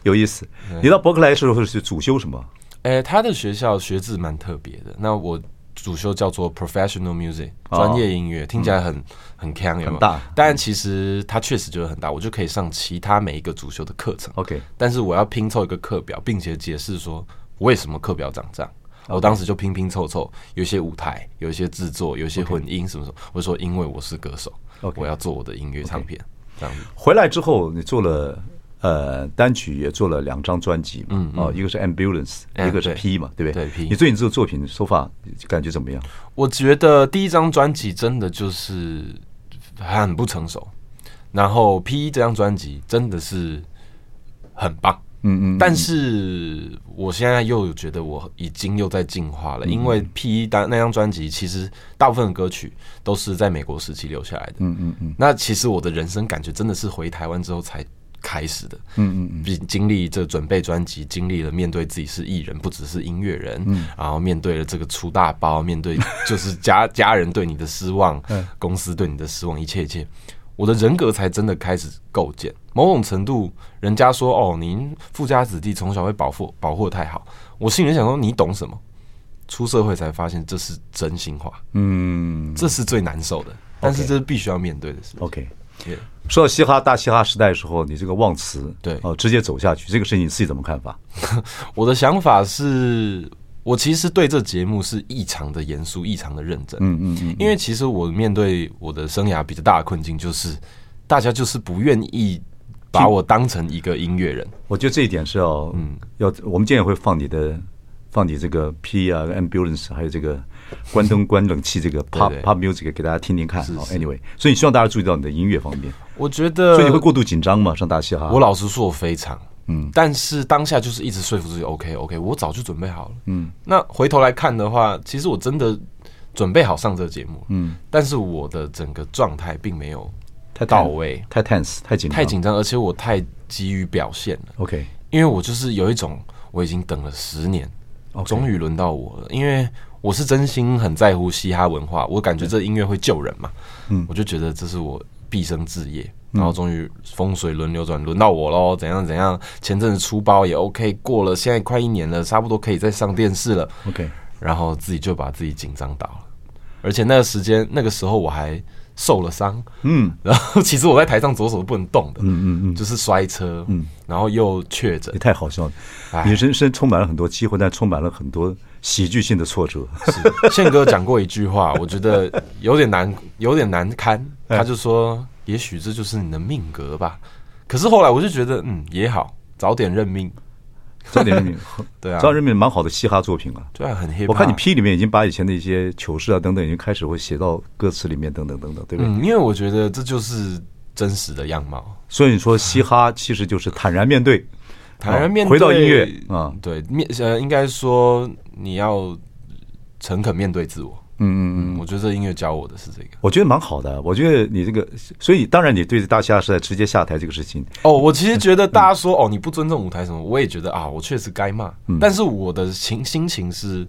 [SPEAKER 1] 有意思。你到伯克莱的时候是主修什么？
[SPEAKER 2] 哎，他的学校学制蛮特别的，那我。主修叫做 professional music，
[SPEAKER 1] 哦嗯
[SPEAKER 2] 专业音乐，听起来很很 can 有没有
[SPEAKER 1] 很大
[SPEAKER 2] 但其实它确实就是很大，我就可以上其他每一个主修的课程。
[SPEAKER 1] OK
[SPEAKER 2] 但是我要拼凑一个课表，并且解释说为什么课表长这样。我当时就拼拼凑凑，有一些舞台，有一些制作，有一些混音什么什么。我说，因为我是歌手
[SPEAKER 1] OK
[SPEAKER 2] 我要做我的音乐唱片这样子。
[SPEAKER 1] 回来之后你做了呃单曲，也做了两张专辑嘛，嗯哦，一个是 Ambulance，
[SPEAKER 2] 嗯
[SPEAKER 1] 一个是
[SPEAKER 2] 对
[SPEAKER 1] P 嘛，对不对？
[SPEAKER 2] 对，P
[SPEAKER 1] 你对你这个作品手法感觉怎么样？
[SPEAKER 2] 我觉得第一张专辑真的就是很不成熟，然后 P 这张专辑真的是很棒，
[SPEAKER 1] 嗯嗯，
[SPEAKER 2] 但是我现在又觉得我已经又在进化了，因为 P 单那张专辑其实大部分的歌曲都是在美国时期留下来的。嗯嗯嗯。那其实我的人生感觉真的是回台湾之后才开始的。嗯嗯嗯。经历这准备专辑，经历了面对自己是艺人，不只是音乐人，然后面对了这个出大包，面对就是家 [laughs] 家人对你的失望，公司对你的失望，一切一切。我的人格才真的开始构建。某种程度，人家说哦，您富家子弟从小会保护保护得太好，我心里想说你懂什么？出社会才发现这是真心话，
[SPEAKER 1] 嗯
[SPEAKER 2] 这是最难受的，但是这是必须要面对的事。
[SPEAKER 1] ，OK。
[SPEAKER 2] Yeah
[SPEAKER 1] 说到嘻哈大嘻哈时代的时候，你这个忘词，
[SPEAKER 2] 对
[SPEAKER 1] 哦，直接走下去，这个事情你自己怎么看法？
[SPEAKER 2] 我的想法是，我其实对这节目是异常的严肃，异常的认真。嗯嗯嗯，因为其实我面对我的生涯比较大的困境就是，大家就是不愿意把我当成一个音乐人。
[SPEAKER 1] 我觉得这一点是要，嗯，要我们今天也会放你的，放你这个 P 啊、Ambulance，还有这个关
[SPEAKER 2] [laughs]
[SPEAKER 1] 灯关冷气这个 pop
[SPEAKER 2] 对
[SPEAKER 1] pop music 给大家听听看啊
[SPEAKER 2] 是。是
[SPEAKER 1] Anyway，所以希望大家注意到你的音乐方面，
[SPEAKER 2] 我觉得，
[SPEAKER 1] 所以你会过度紧张吗？上大啊嘻哈？
[SPEAKER 2] 我老实说，我非常，
[SPEAKER 1] 嗯
[SPEAKER 2] 嗯，但是当下就是一直说服自己，OK OK，我早就准备好了，嗯。那回头来看的话，其实我真的准备好上这个节目，嗯，但是我的整个状态并没有
[SPEAKER 1] 太
[SPEAKER 2] 到位，
[SPEAKER 1] 太 tense，太紧张，
[SPEAKER 2] 太紧张，而且我太急于表现了，
[SPEAKER 1] OK，
[SPEAKER 2] 因为我就是有一种我已经等了十年，终于轮到我了，因为。我是真心很在乎嘻哈文化，我感觉这音乐会救人嘛，嗯，我就觉得这是我毕生志业，然后终于风水轮流转，轮到我喽，怎样怎样，前阵子出包也 OK 过了，现在快一年了，差不多可以再上电视了，
[SPEAKER 1] OK，
[SPEAKER 2] 然后自己就把自己紧张倒了，而且那个时间那个时候我还受了伤，
[SPEAKER 1] 嗯，
[SPEAKER 2] 然后其实我在台上左手是不能动的，嗯嗯嗯，就是摔车，嗯，然后又确诊
[SPEAKER 1] 也，太好笑了。
[SPEAKER 2] 哎
[SPEAKER 1] 你人生充满了很多机会，但充满了很多喜剧性的挫
[SPEAKER 2] [laughs]
[SPEAKER 1] 折。
[SPEAKER 2] 是宪哥讲过一句话，我觉得
[SPEAKER 1] 哎
[SPEAKER 2] 有点难，有点难堪。他就说：“也许这就是你的命格吧。”可是后来我就觉得，嗯，也好，早点认命，
[SPEAKER 1] 早点认命，
[SPEAKER 2] [laughs] 对啊
[SPEAKER 1] 早点认命蛮好的嘻哈作品啊。
[SPEAKER 2] 对啊，很 hip。
[SPEAKER 1] 我看你 P 里面已经把以前的一些糗事啊等等，已经开始会写到歌词里面等等等等，对不对？
[SPEAKER 2] 嗯，因为我觉得这就是真实的样貌，
[SPEAKER 1] 所以你说嘻哈其实就是坦然面对，
[SPEAKER 2] [laughs] 坦然面对。
[SPEAKER 1] 哦
[SPEAKER 2] 嗯
[SPEAKER 1] 回到音乐啊，
[SPEAKER 2] 对面呃，应该说你要诚恳面对自我。
[SPEAKER 1] 嗯嗯嗯，
[SPEAKER 2] 我觉得这音乐教我的是这个。
[SPEAKER 1] 我觉得蛮好的。我觉得你这个，所以当然你对大虾是在直接下台这个事情，
[SPEAKER 2] 哦，我其实觉得大家说、哦，你不尊重舞台什么，我也觉得啊，我确实该骂。但是我的情心情是，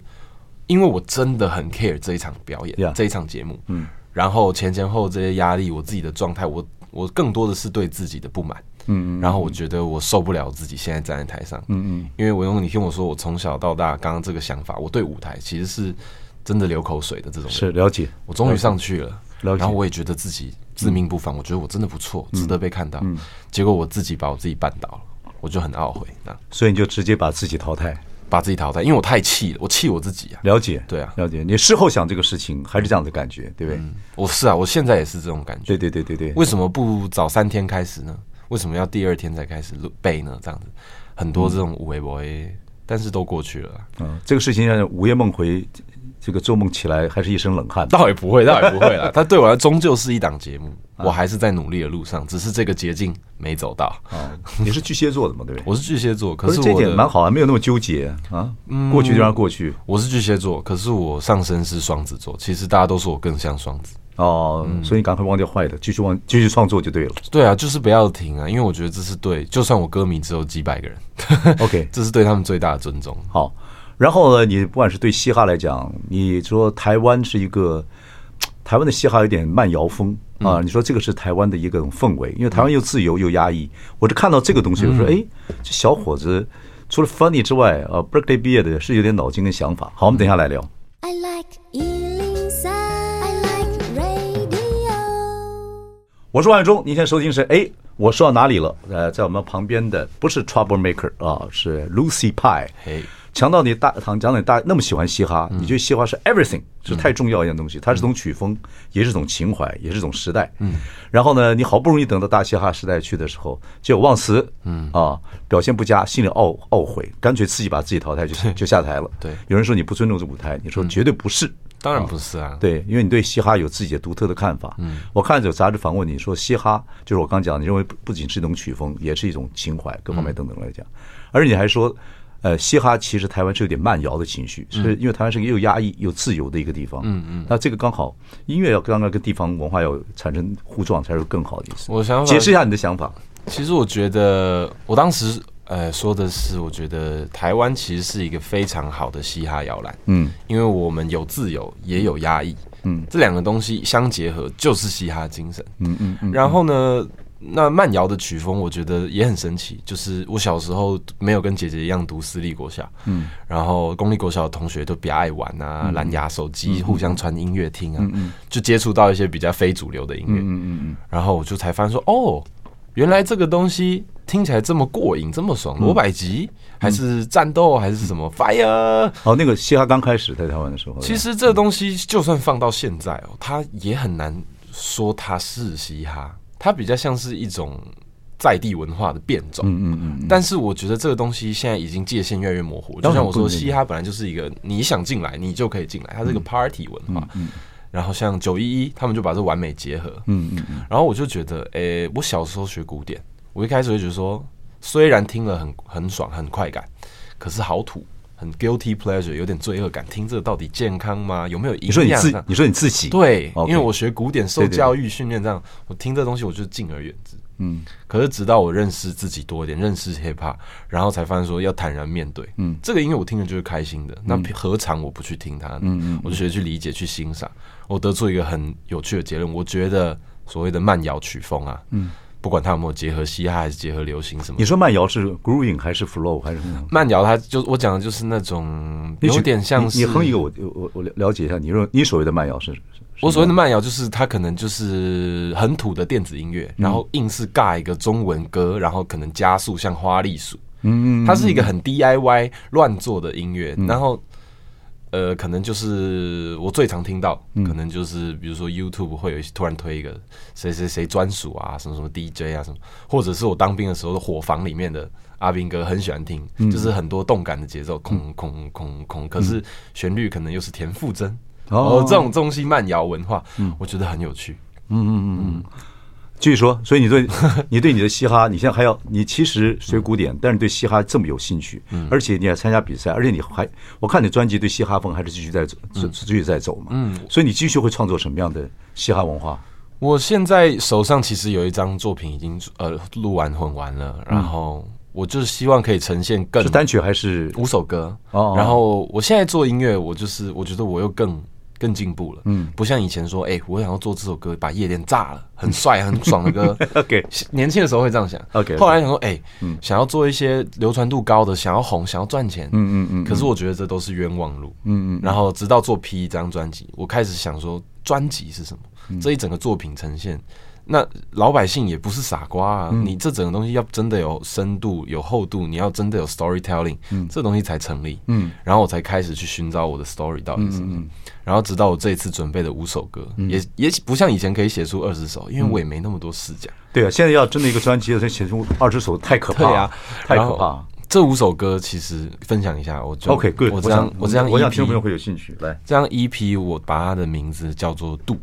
[SPEAKER 2] 因为我真的很 care 这一场表演
[SPEAKER 1] Yeah
[SPEAKER 2] 这一场节目。嗯，然后前前后后这些压力，我自己的状态，我我更多的是对自己的不满。嗯，然后我觉得我受不了自己现在站在台上。嗯嗯，因为我用你听我说，我从小到大刚刚这个想法，我对舞台其实是真的流口水的这种人。
[SPEAKER 1] 是了解。
[SPEAKER 2] 我终于上去了，
[SPEAKER 1] 了解嗯
[SPEAKER 2] 然后我也觉得自己自命不凡，我觉得我真的不错，值得被看到。结果我自己把我自己绊倒了，我就很懊悔，那
[SPEAKER 1] 所以你就直接把自己淘汰，
[SPEAKER 2] 把自己淘汰，因为我太气了，我气我自己啊。
[SPEAKER 1] 了解？
[SPEAKER 2] 对啊
[SPEAKER 1] 了解。你事后想这个事情还是这样的感觉，对不对？
[SPEAKER 2] 我是啊，我现在也是这种感觉。
[SPEAKER 1] 对对对对对。
[SPEAKER 2] 为什么不早三天开始呢？为什么要第二天才开始录背呢？这样子，很多这种微博，但是都过去了啊，
[SPEAKER 1] 嗯，这个事情让人午夜梦回，这个做梦起来还是一身冷汗。
[SPEAKER 2] 倒也不会，倒也不
[SPEAKER 1] [laughs]
[SPEAKER 2] 会啦。它对我来，终究是一档节目，
[SPEAKER 1] 嗯
[SPEAKER 2] 我还是在努力的路上，只是这个捷径没走到。
[SPEAKER 1] 啊，你是巨蟹座的嘛，对不对？
[SPEAKER 2] 我是巨蟹座，可
[SPEAKER 1] 不是
[SPEAKER 2] 是我
[SPEAKER 1] 这
[SPEAKER 2] 的嗯
[SPEAKER 1] 点蛮好啊，没有那么纠结啊。过去就让它过去。
[SPEAKER 2] 我是巨蟹座，可是我上身是双子座。其实大家都说我更像双子。
[SPEAKER 1] 哦，
[SPEAKER 2] 嗯
[SPEAKER 1] 所以你赶快忘掉坏的，继续忘，继续创作就对了。
[SPEAKER 2] 对啊，就是不要停啊，因为我觉得这是对，就算我歌迷只有几百个人，
[SPEAKER 1] OK，
[SPEAKER 2] [laughs] 这是对他们最大的尊重。
[SPEAKER 1] 好。然后呢，你不管是对嘻哈来讲，你说台湾是一个台湾的嘻哈有点慢摇风啊，你说这个是台湾的一个氛围，因为台湾又自由又压抑。我就看到这个东西，我说，哎，这小伙子除了 funny 之外，啊，Berkeley 毕业的是有点脑筋跟想法。好，我们等一下来聊。
[SPEAKER 3] I like Ealing Sound. I like radio.
[SPEAKER 1] 我是万永忠，您现在收听是哎，我说到哪里了？呃，在我们旁边的不是 Trouble Maker 啊，是 Lucy Pie。
[SPEAKER 2] 嘿，嗯
[SPEAKER 1] 强到你大唐，讲到你大那么喜欢嘻哈，你觉得嘻哈是 everything 是太重要一样东西，它是种曲风，也是种情怀，也是种时代。嗯，然后呢，你好不容易等到大嘻哈时代去的时候，结果忘词，嗯啊，表现不佳，心里懊懊悔，干脆自己把自己淘汰就就下台了。
[SPEAKER 2] 对嗯
[SPEAKER 1] 有人说你不尊重这舞台，你说绝对不是。
[SPEAKER 2] 当然不是啊，
[SPEAKER 1] 对，因为你对嘻哈有自己的独特的看法。嗯，我看有杂志访问你说，嘻哈就是我刚讲，你认为不不仅是一种曲风，也是一种情怀，各方面等等来讲。而你还说，呃，嘻哈其实台湾是有点慢摇的情绪，
[SPEAKER 2] 嗯
[SPEAKER 1] 是因为台湾是一个又压抑又自由的一个地方。嗯嗯，那这个刚好音乐要刚刚跟地方文化要产生互撞，才是更好的意思。
[SPEAKER 2] 我想法
[SPEAKER 1] 解释一下你的想法。
[SPEAKER 2] 其实我觉得，我当时呃说的是，我觉得台湾其实是一个非常好的嘻哈摇篮，
[SPEAKER 1] 嗯，
[SPEAKER 2] 因为我们有自由，也有压抑，嗯，这两个东西相结合就是嘻哈精神，嗯嗯嗯。然后呢，那慢摇的曲风，我觉得也很神奇，就是我小时候没有跟姐姐一样读私立国小，嗯，然后公立国小的同学都比较爱玩啊，蓝牙手机互相传音乐听啊，就接触到一些比较非主流的音乐，
[SPEAKER 1] 嗯嗯
[SPEAKER 2] 然后我就才发现说，哦，原来这个东西听起来这么过瘾，这么爽。罗百吉还是战斗还是什么 fire？
[SPEAKER 1] 好，哦那个嘻哈刚开始在台湾的时候，
[SPEAKER 2] 其实这东西就算放到现在哦，它也很难说它是嘻哈，它比较像是一种在地文化的变种。
[SPEAKER 1] 嗯嗯嗯，
[SPEAKER 2] 但是我觉得这个东西现在已经界限越来越模糊，
[SPEAKER 1] 当然
[SPEAKER 2] 就像我
[SPEAKER 1] 不嗯
[SPEAKER 2] 说，
[SPEAKER 1] 一定
[SPEAKER 2] 嘻哈本来就是一个你想进来你就可以进来，它是一个 party 文化。然后像九一一，他们就把这完美结合。
[SPEAKER 1] 嗯嗯嗯，
[SPEAKER 2] 然后我就觉得，诶、我小时候学古典，我一开始会觉得说，虽然听了很很爽、很快感，可是好土，很 guilty pleasure，有点罪恶感。听这个到底健康吗？有没有营
[SPEAKER 1] 你说你
[SPEAKER 2] 养啊
[SPEAKER 1] 自
[SPEAKER 2] 呢？
[SPEAKER 1] 你说你自己
[SPEAKER 2] 对
[SPEAKER 1] OK
[SPEAKER 2] 因为我学古典受
[SPEAKER 1] 对对对
[SPEAKER 2] 教育训练，这样我听这东西我就敬而远之。
[SPEAKER 1] 嗯
[SPEAKER 2] 可是直到我认识自己多一点，认识 hip hop，然后才发现说要坦然面对，
[SPEAKER 1] 嗯
[SPEAKER 2] 这个音乐我听了就是开心的，那何尝我不去听它呢？
[SPEAKER 1] 嗯嗯
[SPEAKER 2] 我就学去理解、去欣赏。我得出一个很有趣的结论，我觉得所谓的慢摇曲风啊，嗯，不管它有没有结合嘻哈还是结合流行什么
[SPEAKER 1] 你，说慢摇是 grooving 还是 flow 还是什么？
[SPEAKER 2] 慢摇它就我讲的就是那种
[SPEAKER 1] 你
[SPEAKER 2] 有
[SPEAKER 1] 举
[SPEAKER 2] 点像是
[SPEAKER 1] 你你哼一个我，我我我了了解一下，你认为你所谓的慢摇是？是
[SPEAKER 2] 我所谓的慢摇，就是它可能就是很土的电子音乐，然后硬是尬一个中文歌，然后可能加速像花栗鼠，嗯，它是一个很 DIY 乱做的音乐，然后呃，可能就是我最常听到，可能就是比如说 YouTube 会有一些突然推一个谁谁谁专属啊，什么什么 DJ 啊什么，或者是我当兵的时候的伙房里面的阿兵哥很喜欢听，就是很多动感的节奏，空空空空，可是旋律可能又是田馥甄，
[SPEAKER 1] 哦
[SPEAKER 2] 哦，这种中西慢摇文化，我觉得很有趣。
[SPEAKER 1] 继续说，所以你对
[SPEAKER 2] [laughs]
[SPEAKER 1] 你对你的嘻哈，你现在还要你其实学古典，但是对嘻哈这么有兴趣，
[SPEAKER 2] 嗯
[SPEAKER 1] 而且你还参加比赛，而且你还我看你专辑对嘻哈风还是继续在走，继继续在走嘛，嗯，所以你继续会创作什么样的嘻哈文化？
[SPEAKER 2] 我现在手上其实有一张作品已经呃录完混完了，然后我就是希望可以呈现更
[SPEAKER 1] 是单曲还是
[SPEAKER 2] 五首歌，
[SPEAKER 1] 哦哦
[SPEAKER 2] 然后我现在做音乐，我就是我觉得我又更更进步了，嗯，不像以前说，哎、我想要做这首歌把夜店炸了，很帅很爽的歌。
[SPEAKER 1] [laughs]
[SPEAKER 2] [laughs]
[SPEAKER 1] OK
[SPEAKER 2] 年轻的时候会这样想
[SPEAKER 1] OK，OK
[SPEAKER 2] 后来想说，哎、想要做一些流传度高的，想要红，想要赚钱，嗯嗯嗯。可是我觉得这都是冤枉路，嗯嗯。然后直到做 P 一张专辑，我开始想说，专辑是什么？这一整个作品呈现。那老百姓也不是傻瓜啊，你这整个东西要真的有深度、有厚度，你要真的有 storytelling，、这东西才成立。嗯，然后我才开始去寻找我的 story 到底是什么。然后直到我这一次准备的五首歌，也也不像以前可以写出二十首，因为我也没那么多视角。
[SPEAKER 1] 对啊？现在要真的一个专辑，要写出二十首，太可
[SPEAKER 2] 对
[SPEAKER 1] 怕
[SPEAKER 2] 啊
[SPEAKER 1] 了，，太
[SPEAKER 2] 然
[SPEAKER 1] 可
[SPEAKER 2] 后
[SPEAKER 1] 怕了。
[SPEAKER 2] 这五首歌其实分享一下，我就
[SPEAKER 1] OK，good，
[SPEAKER 2] 我这样
[SPEAKER 1] 我
[SPEAKER 2] 我这样
[SPEAKER 1] 我想
[SPEAKER 2] EP
[SPEAKER 1] 听众朋友会有兴趣，来，
[SPEAKER 2] 这张 EP 我把它的名字叫做“渡”，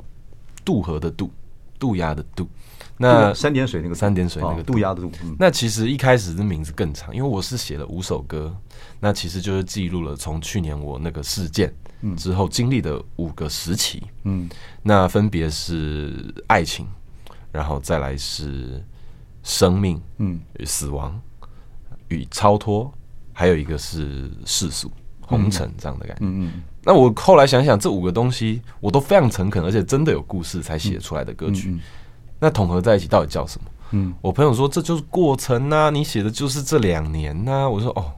[SPEAKER 2] 渡河的渡，渡鸦的渡。那
[SPEAKER 1] 三点水那个
[SPEAKER 2] 呃三点水那个
[SPEAKER 1] 啊
[SPEAKER 2] 渡
[SPEAKER 1] 渡鸦的渡，嗯
[SPEAKER 2] 那其实一开始的名字更长，因为我是写了五首歌，那其实就是记录了从去年我那个事件之后经历的五个时期，
[SPEAKER 1] 嗯，
[SPEAKER 2] 那分别是爱情，然后再来是生命，
[SPEAKER 1] 嗯，
[SPEAKER 2] 死亡与超脱，还有一个是世俗红尘这样的感觉，
[SPEAKER 1] 嗯嗯
[SPEAKER 2] 那我后来想想，这五个东西我都非常诚恳，而且真的有故事才写出来的歌曲。那统合在一起到底叫什么？
[SPEAKER 1] 嗯，
[SPEAKER 2] 我朋友说这就是过程呐、你写的就是这两年呐、我说哦，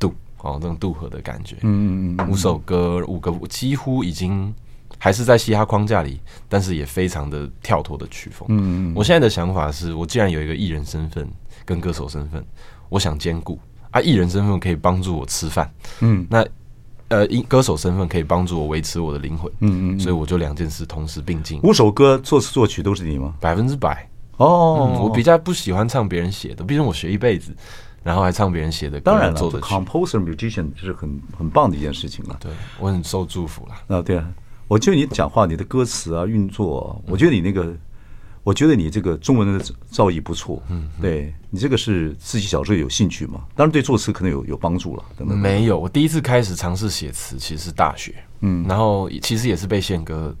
[SPEAKER 2] 渡哦，这种渡河的感觉。
[SPEAKER 1] 嗯嗯嗯，
[SPEAKER 2] 五首歌，五个几乎已经还是在嘻哈框架里，但是也非常的跳脱的曲风。
[SPEAKER 1] 嗯嗯嗯
[SPEAKER 2] 我现在的想法是我既然有一个艺人身份跟歌手身份，我想兼顾啊，艺人身份可以帮助我吃饭，
[SPEAKER 1] 嗯
[SPEAKER 2] 那呃，音歌手身份可以帮助我维持我的灵魂，
[SPEAKER 1] 嗯嗯嗯
[SPEAKER 2] 所以我就两件事同时并进，
[SPEAKER 1] 五首歌作词作曲都是你吗？
[SPEAKER 2] 百分之百。
[SPEAKER 1] 哦
[SPEAKER 2] 嗯，我比较不喜欢唱别人写的，毕竟我学一辈子，然后还唱别人写的歌，
[SPEAKER 1] 当然了
[SPEAKER 2] 做的曲，
[SPEAKER 1] ，composer musician 这是很很棒的一件事情了。
[SPEAKER 2] 对我很受祝福啦。
[SPEAKER 1] 啊，对啊，我就你讲话，你的歌词啊，运作啊，我觉得你那个，我觉得你这个中文的造诣不错。嗯，对你这个是自己小时候有兴趣嘛？当然对作词可能有有帮助了，等等。
[SPEAKER 2] 没有，我第一次开始尝试写词，其实是大学，嗯，然后也其实也是被宪哥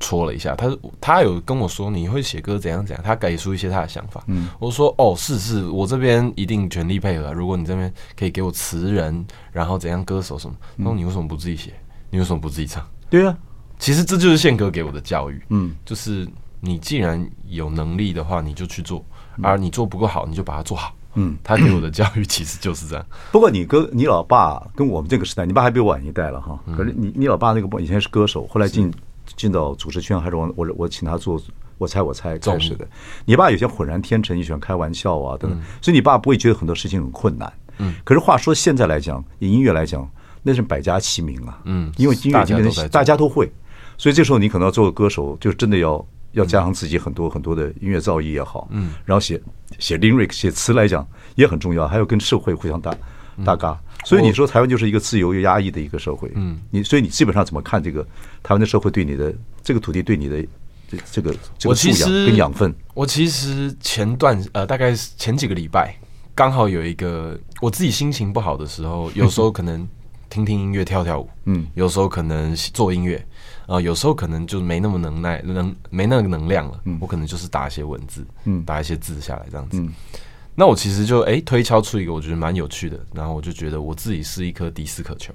[SPEAKER 2] 戳了一下，他他有跟我说你会写歌怎样怎样，他给出一些他的想法，嗯，我说哦是是，我这边一定全力配合，如果你这边可以给我词人，然后怎样歌手什么，他说你为什么不自己写，你为什么不自己唱？
[SPEAKER 1] 对啊，
[SPEAKER 2] 其实这就是宪哥给我的教育，
[SPEAKER 1] 嗯，
[SPEAKER 2] 就是你既然有能力的话，你就去做，而你做不够好，你就把它做好，嗯，他给我的教育其实就是这样，
[SPEAKER 1] 不过你哥，你老爸跟我们这个时代，你爸还比我晚一代了哈。
[SPEAKER 2] 嗯
[SPEAKER 1] 可是你，你老爸那个以前是歌手，后来进进到主持圈，还是我我我请他做，我猜我猜开始的。你爸有些浑然天成，也喜欢开玩笑啊
[SPEAKER 2] 嗯
[SPEAKER 1] 等等，所以你爸不会觉得很多事情很困难。嗯。可是话说，现在来讲，以音乐来讲，那是百家齐鸣啊。
[SPEAKER 2] 嗯
[SPEAKER 1] 因为音乐已经变
[SPEAKER 2] 大家都在
[SPEAKER 1] 成
[SPEAKER 2] 做
[SPEAKER 1] 大家都会，所以这时候你可能要做个歌手，就真的要要加上自己很多很多的音乐造诣也好，嗯，然后写写 lyric 写词来讲也很重要，还要跟社会互相搭
[SPEAKER 2] 嗯
[SPEAKER 1] 搭嘎。所以你说台湾就是一个自由又压抑的一个社会，嗯，你所以你基本上怎么看这个台湾的社会对你的这个土地对你的这这个这个
[SPEAKER 2] 我
[SPEAKER 1] 素
[SPEAKER 2] 其
[SPEAKER 1] 养
[SPEAKER 2] 实
[SPEAKER 1] 跟养分？
[SPEAKER 2] 我其实前段呃，大概是前几个礼拜，刚好有一个我自己心情不好的时候，有时候可能听听音乐跳跳舞，
[SPEAKER 1] 嗯，
[SPEAKER 2] 有时候可能做音乐，啊、有时候可能就没那么能耐，能没那个能量了，我可能就是打一些文字，
[SPEAKER 1] 嗯
[SPEAKER 2] 打一些字下来这样子。
[SPEAKER 1] 嗯
[SPEAKER 2] 那我其实就哎、推敲出一个我觉得蛮有趣的，然后我就觉得我自己是一颗迪斯科球，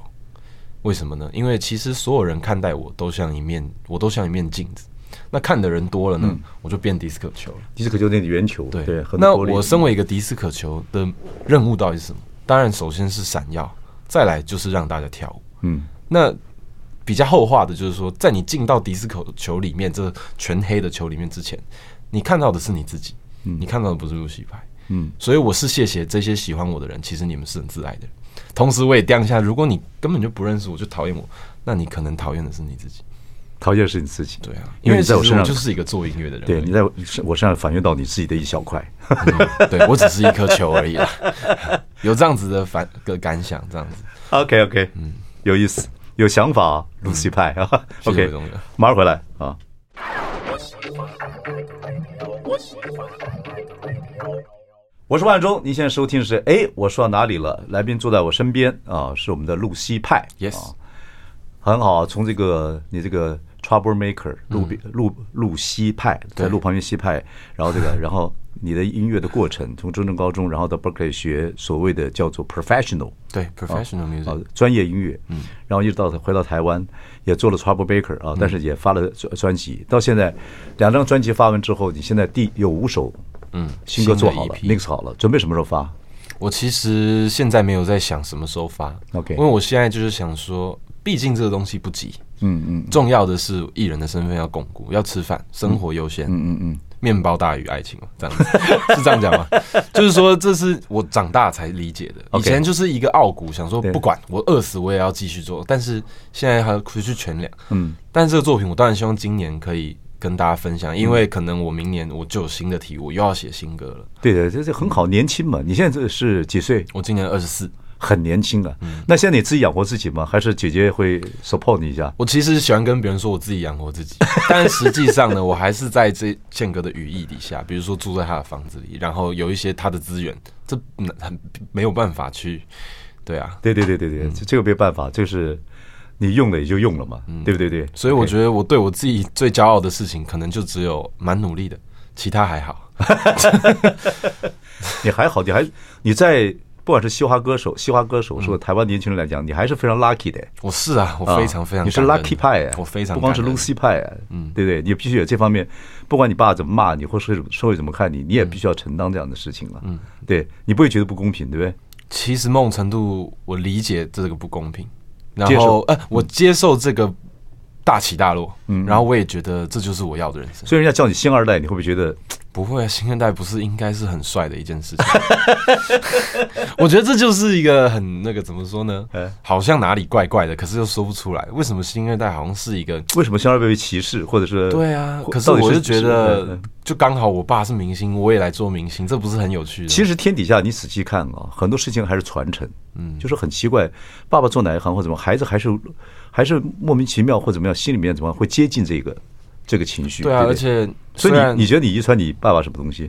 [SPEAKER 2] 为什么呢？因为其实所有人看待我都像一面，我都像一面镜子。那看的人多了呢，我就变迪斯科球了。
[SPEAKER 1] 迪斯科就那个圆球，
[SPEAKER 2] 对，
[SPEAKER 1] 嗯对，很
[SPEAKER 2] 那
[SPEAKER 1] 多力
[SPEAKER 2] 我身为一个迪斯科球的任务到底是什么？当然，首先是闪耀，再来就是让大家跳舞。
[SPEAKER 1] 嗯
[SPEAKER 2] 那比较后话的就是说，在你进到迪斯科球里面，这全黑的球里面之前，你看到的是你自己，你看到的不是路西派。
[SPEAKER 1] 嗯
[SPEAKER 2] 所以我是谢谢这些喜欢我的人，其实你们是很自爱的。同时我也掂一下，如果你根本就不认识我，就讨厌我，那你可能讨厌的是你自己。
[SPEAKER 1] 讨厌的是你自己。
[SPEAKER 2] 对啊，
[SPEAKER 1] 因为你
[SPEAKER 2] 其实
[SPEAKER 1] 在我身上
[SPEAKER 2] 就是一个做音乐的人而
[SPEAKER 1] 对，
[SPEAKER 2] 已。
[SPEAKER 1] 你在我我身上反映到你自己的一小块。
[SPEAKER 2] 嗯对我只是一颗球而已啦。 [laughs] 有这样子的反个感想，这样子
[SPEAKER 1] OK OK，嗯，有意思，有想法啊，Lucy 派啊
[SPEAKER 2] 谢谢
[SPEAKER 1] ，OK，
[SPEAKER 2] 嗯伟东哥
[SPEAKER 1] 马上回来啊。我是万忠，您现在收听的是哎，我说到哪里了？来宾坐在我身边啊，是我们的露西派
[SPEAKER 2] ，yes，、
[SPEAKER 1] 啊很好，啊从这个你这个 trouble maker 路边路路西派，在
[SPEAKER 2] 嗯对
[SPEAKER 1] 路旁边西派，然后这
[SPEAKER 2] [laughs]
[SPEAKER 1] 个，然后你的音乐的过程，从中正高中，然后到 Berkeley 学所谓的叫做 professional
[SPEAKER 2] 对，professional
[SPEAKER 1] 啊
[SPEAKER 2] music，
[SPEAKER 1] 专业音乐，嗯，然后一直到回到台湾，也做了 trouble maker
[SPEAKER 2] 嗯
[SPEAKER 1] 啊，但是也发了专专辑，到现在两张专辑发完之后，你现在第有五首
[SPEAKER 2] 嗯，
[SPEAKER 1] 新歌做好了
[SPEAKER 2] 的
[SPEAKER 1] mix 好了，准备什么时候发？
[SPEAKER 2] 我其实现在没有在想什么时候发
[SPEAKER 1] OK
[SPEAKER 2] 因为我现在就是想说，毕竟这个东西不急，
[SPEAKER 1] 嗯嗯
[SPEAKER 2] 重要的是艺人的身份要巩固，要吃饭，生活优先，
[SPEAKER 1] 嗯嗯
[SPEAKER 2] 面包大于爱情嘛，这样子 [laughs] 是这样讲吗？就是说，这是我长大才理解的，以
[SPEAKER 1] OK
[SPEAKER 2] 前就是一个傲骨，想说
[SPEAKER 1] 对
[SPEAKER 2] 不管我饿死我也要继续做，但是现在还要回去全量，
[SPEAKER 1] 嗯，
[SPEAKER 2] 但这个作品我当然希望今年可以跟大家分享，因
[SPEAKER 1] 嗯
[SPEAKER 2] 为可能我明年我就有新的题，我又要写新歌了，
[SPEAKER 1] 对的，这这很好，年轻嘛，你现在这是几岁？
[SPEAKER 2] 我今年二十四。
[SPEAKER 1] 很年轻啊。
[SPEAKER 2] 嗯
[SPEAKER 1] 那现在你自己养活自己吗？还是姐姐会 support 你一下？
[SPEAKER 2] 我其实喜欢跟别人说我自己养活自己，但实际上呢，我还是在这宪哥的羽翼底下，比如说住在他的房子里，然后有一些他的资源，这嗯很没有办法去，对啊，
[SPEAKER 1] 对对对对对，这这个没办法，就是你用了也就用了嘛，对不对？对，
[SPEAKER 2] 嗯所以我觉得我对我自己最骄傲的事情，可能就只有蛮努力的，其他还好。
[SPEAKER 1] 你还好，你还你在不管是嘻哈歌手、嘻哈歌手，说台湾年轻人来讲，你还是非常 lucky 的。
[SPEAKER 2] 我是啊，嗯我非常非常
[SPEAKER 1] 你是
[SPEAKER 2] 感恩
[SPEAKER 1] lucky 派，
[SPEAKER 2] 我非常
[SPEAKER 1] 不光是
[SPEAKER 2] 感恩
[SPEAKER 1] Lucy 派，嗯，对不对？你必须有这方面，不管你爸怎么骂你，或是社会怎么看你，
[SPEAKER 2] 嗯
[SPEAKER 1] 你也必须要承担这样的事情了。嗯，对你不会觉得不公平，对不对？
[SPEAKER 2] 其实某种程度我理解这个不公平，然
[SPEAKER 1] 接受嗯
[SPEAKER 2] 后呃，我接受这个大起大落，然后我也觉得这就是我要的人生。
[SPEAKER 1] 所以人家叫你星二代，你会不会觉得
[SPEAKER 2] 不会啊，新生代不是应该是很帅的一件事情？ [laughs] 我觉得这就是一个很那个怎么说呢
[SPEAKER 1] 哎？
[SPEAKER 2] 好像哪里怪怪的，可是又说不出来。为什么新二代好像是一个？
[SPEAKER 1] 为什么星二代被歧视，或者是
[SPEAKER 2] 对啊，可是
[SPEAKER 1] 到底
[SPEAKER 2] 我
[SPEAKER 1] 是
[SPEAKER 2] 就
[SPEAKER 1] 嗯
[SPEAKER 2] 觉得
[SPEAKER 1] 嗯，
[SPEAKER 2] 就刚好我爸是明星，我也来做明星，这不是很有趣的？
[SPEAKER 1] 其实天底下你仔细看啊，很多事情还是传承，嗯，就是很奇怪，爸爸做哪一行或怎么，孩子还是还是莫名其妙或怎么样，心里面怎么样会接近这个这个情绪，
[SPEAKER 2] 对啊，
[SPEAKER 1] 不
[SPEAKER 2] 而且
[SPEAKER 1] 所
[SPEAKER 2] 虽
[SPEAKER 1] 以
[SPEAKER 2] 然
[SPEAKER 1] 你你觉得你遗传你爸爸什么东西？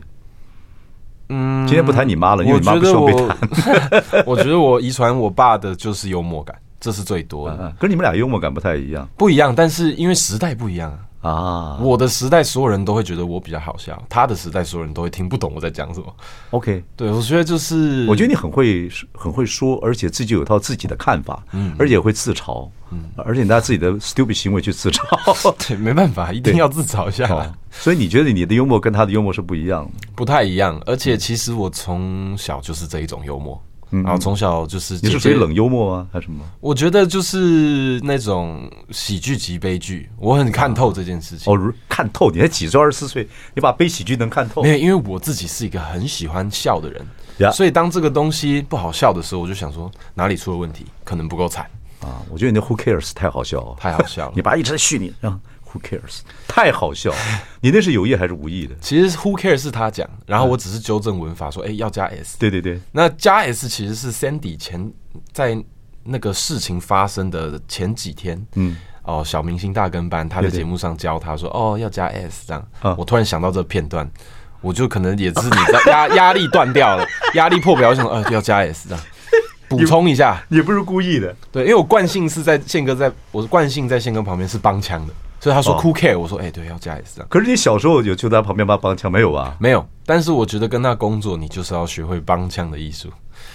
[SPEAKER 2] 嗯，
[SPEAKER 1] 今天不谈你妈了，因为
[SPEAKER 2] 我
[SPEAKER 1] 你妈
[SPEAKER 2] 觉
[SPEAKER 1] 不希
[SPEAKER 2] 得
[SPEAKER 1] 望被
[SPEAKER 2] 我
[SPEAKER 1] 谈。，
[SPEAKER 2] [laughs] 我觉得我遗传我爸的就是幽默感，这是最多的，
[SPEAKER 1] 可是啊你们俩幽默感不太一样
[SPEAKER 2] 不一样。但是因为时代不一样啊，
[SPEAKER 1] 啊。
[SPEAKER 2] 我的时代所有人都会觉得我比较好笑，他的时代所有人都会听不懂我在讲什么。
[SPEAKER 1] OK，
[SPEAKER 2] 对，我觉得就是，
[SPEAKER 1] 我觉得你很会很会说，而且自己有一套自己的看法，嗯，而且会自嘲，嗯，而且拿自己的 stupid 行为去自嘲。
[SPEAKER 2] 对， [laughs] 没办法，一定要自嘲一下来，
[SPEAKER 1] [laughs] 所以你觉得你的幽默跟他的幽默是不一样的？
[SPEAKER 2] 不太一样。而
[SPEAKER 1] 嗯
[SPEAKER 2] 且其实我从小就是这一种幽默，然后从小就是
[SPEAKER 1] 你是属
[SPEAKER 2] 姐
[SPEAKER 1] 于
[SPEAKER 2] 姐
[SPEAKER 1] 冷幽默吗？还是什么？
[SPEAKER 2] 我觉得就是那种喜剧及悲剧，我很看透这件事情。
[SPEAKER 1] 哦，如看透，你才几岁，二十四岁，你把悲喜剧能看透
[SPEAKER 2] 没，有，因为我自己是一个很喜欢笑的人
[SPEAKER 1] Yeah
[SPEAKER 2] 所以当这个东西不好笑的时候，我就想说哪里出了问题，可能不够惨，
[SPEAKER 1] 啊！我觉得你的 Who cares 太好笑了，
[SPEAKER 2] 太好笑
[SPEAKER 1] [laughs]
[SPEAKER 2] 了
[SPEAKER 1] 你。爸一直在训你，啊 Who cares 太好笑了，
[SPEAKER 2] [laughs]
[SPEAKER 1] 你那是有意还是无意的？
[SPEAKER 2] 其实 Who care 是他讲，
[SPEAKER 1] 嗯
[SPEAKER 2] 然后我只是纠正文法说，哎、要加 s。
[SPEAKER 1] 对对对，
[SPEAKER 2] 那加 s 其实是 Sandy 前在那个事情发生的前几天，嗯，哦，小明星大跟班他在
[SPEAKER 1] 对对
[SPEAKER 2] 节目上教他说，哦，要加 s 这样。
[SPEAKER 1] 啊
[SPEAKER 2] 我突然想到这片段，我就可能也是你的压压力断掉了，压力破表，我想呃要加 s 这样。补充一下，
[SPEAKER 1] 也不是故意的。
[SPEAKER 2] 对，因为我惯性是在宪哥在，我的惯性在宪哥旁边是帮腔的，所以他说
[SPEAKER 1] 哦
[SPEAKER 2] cool care，我说哎、对，要加 s 这样。
[SPEAKER 1] 可是你小时候有就在旁边帮帮腔没有啊？
[SPEAKER 2] 没有，但是我觉得跟他工作，你就是要学会帮腔的艺术，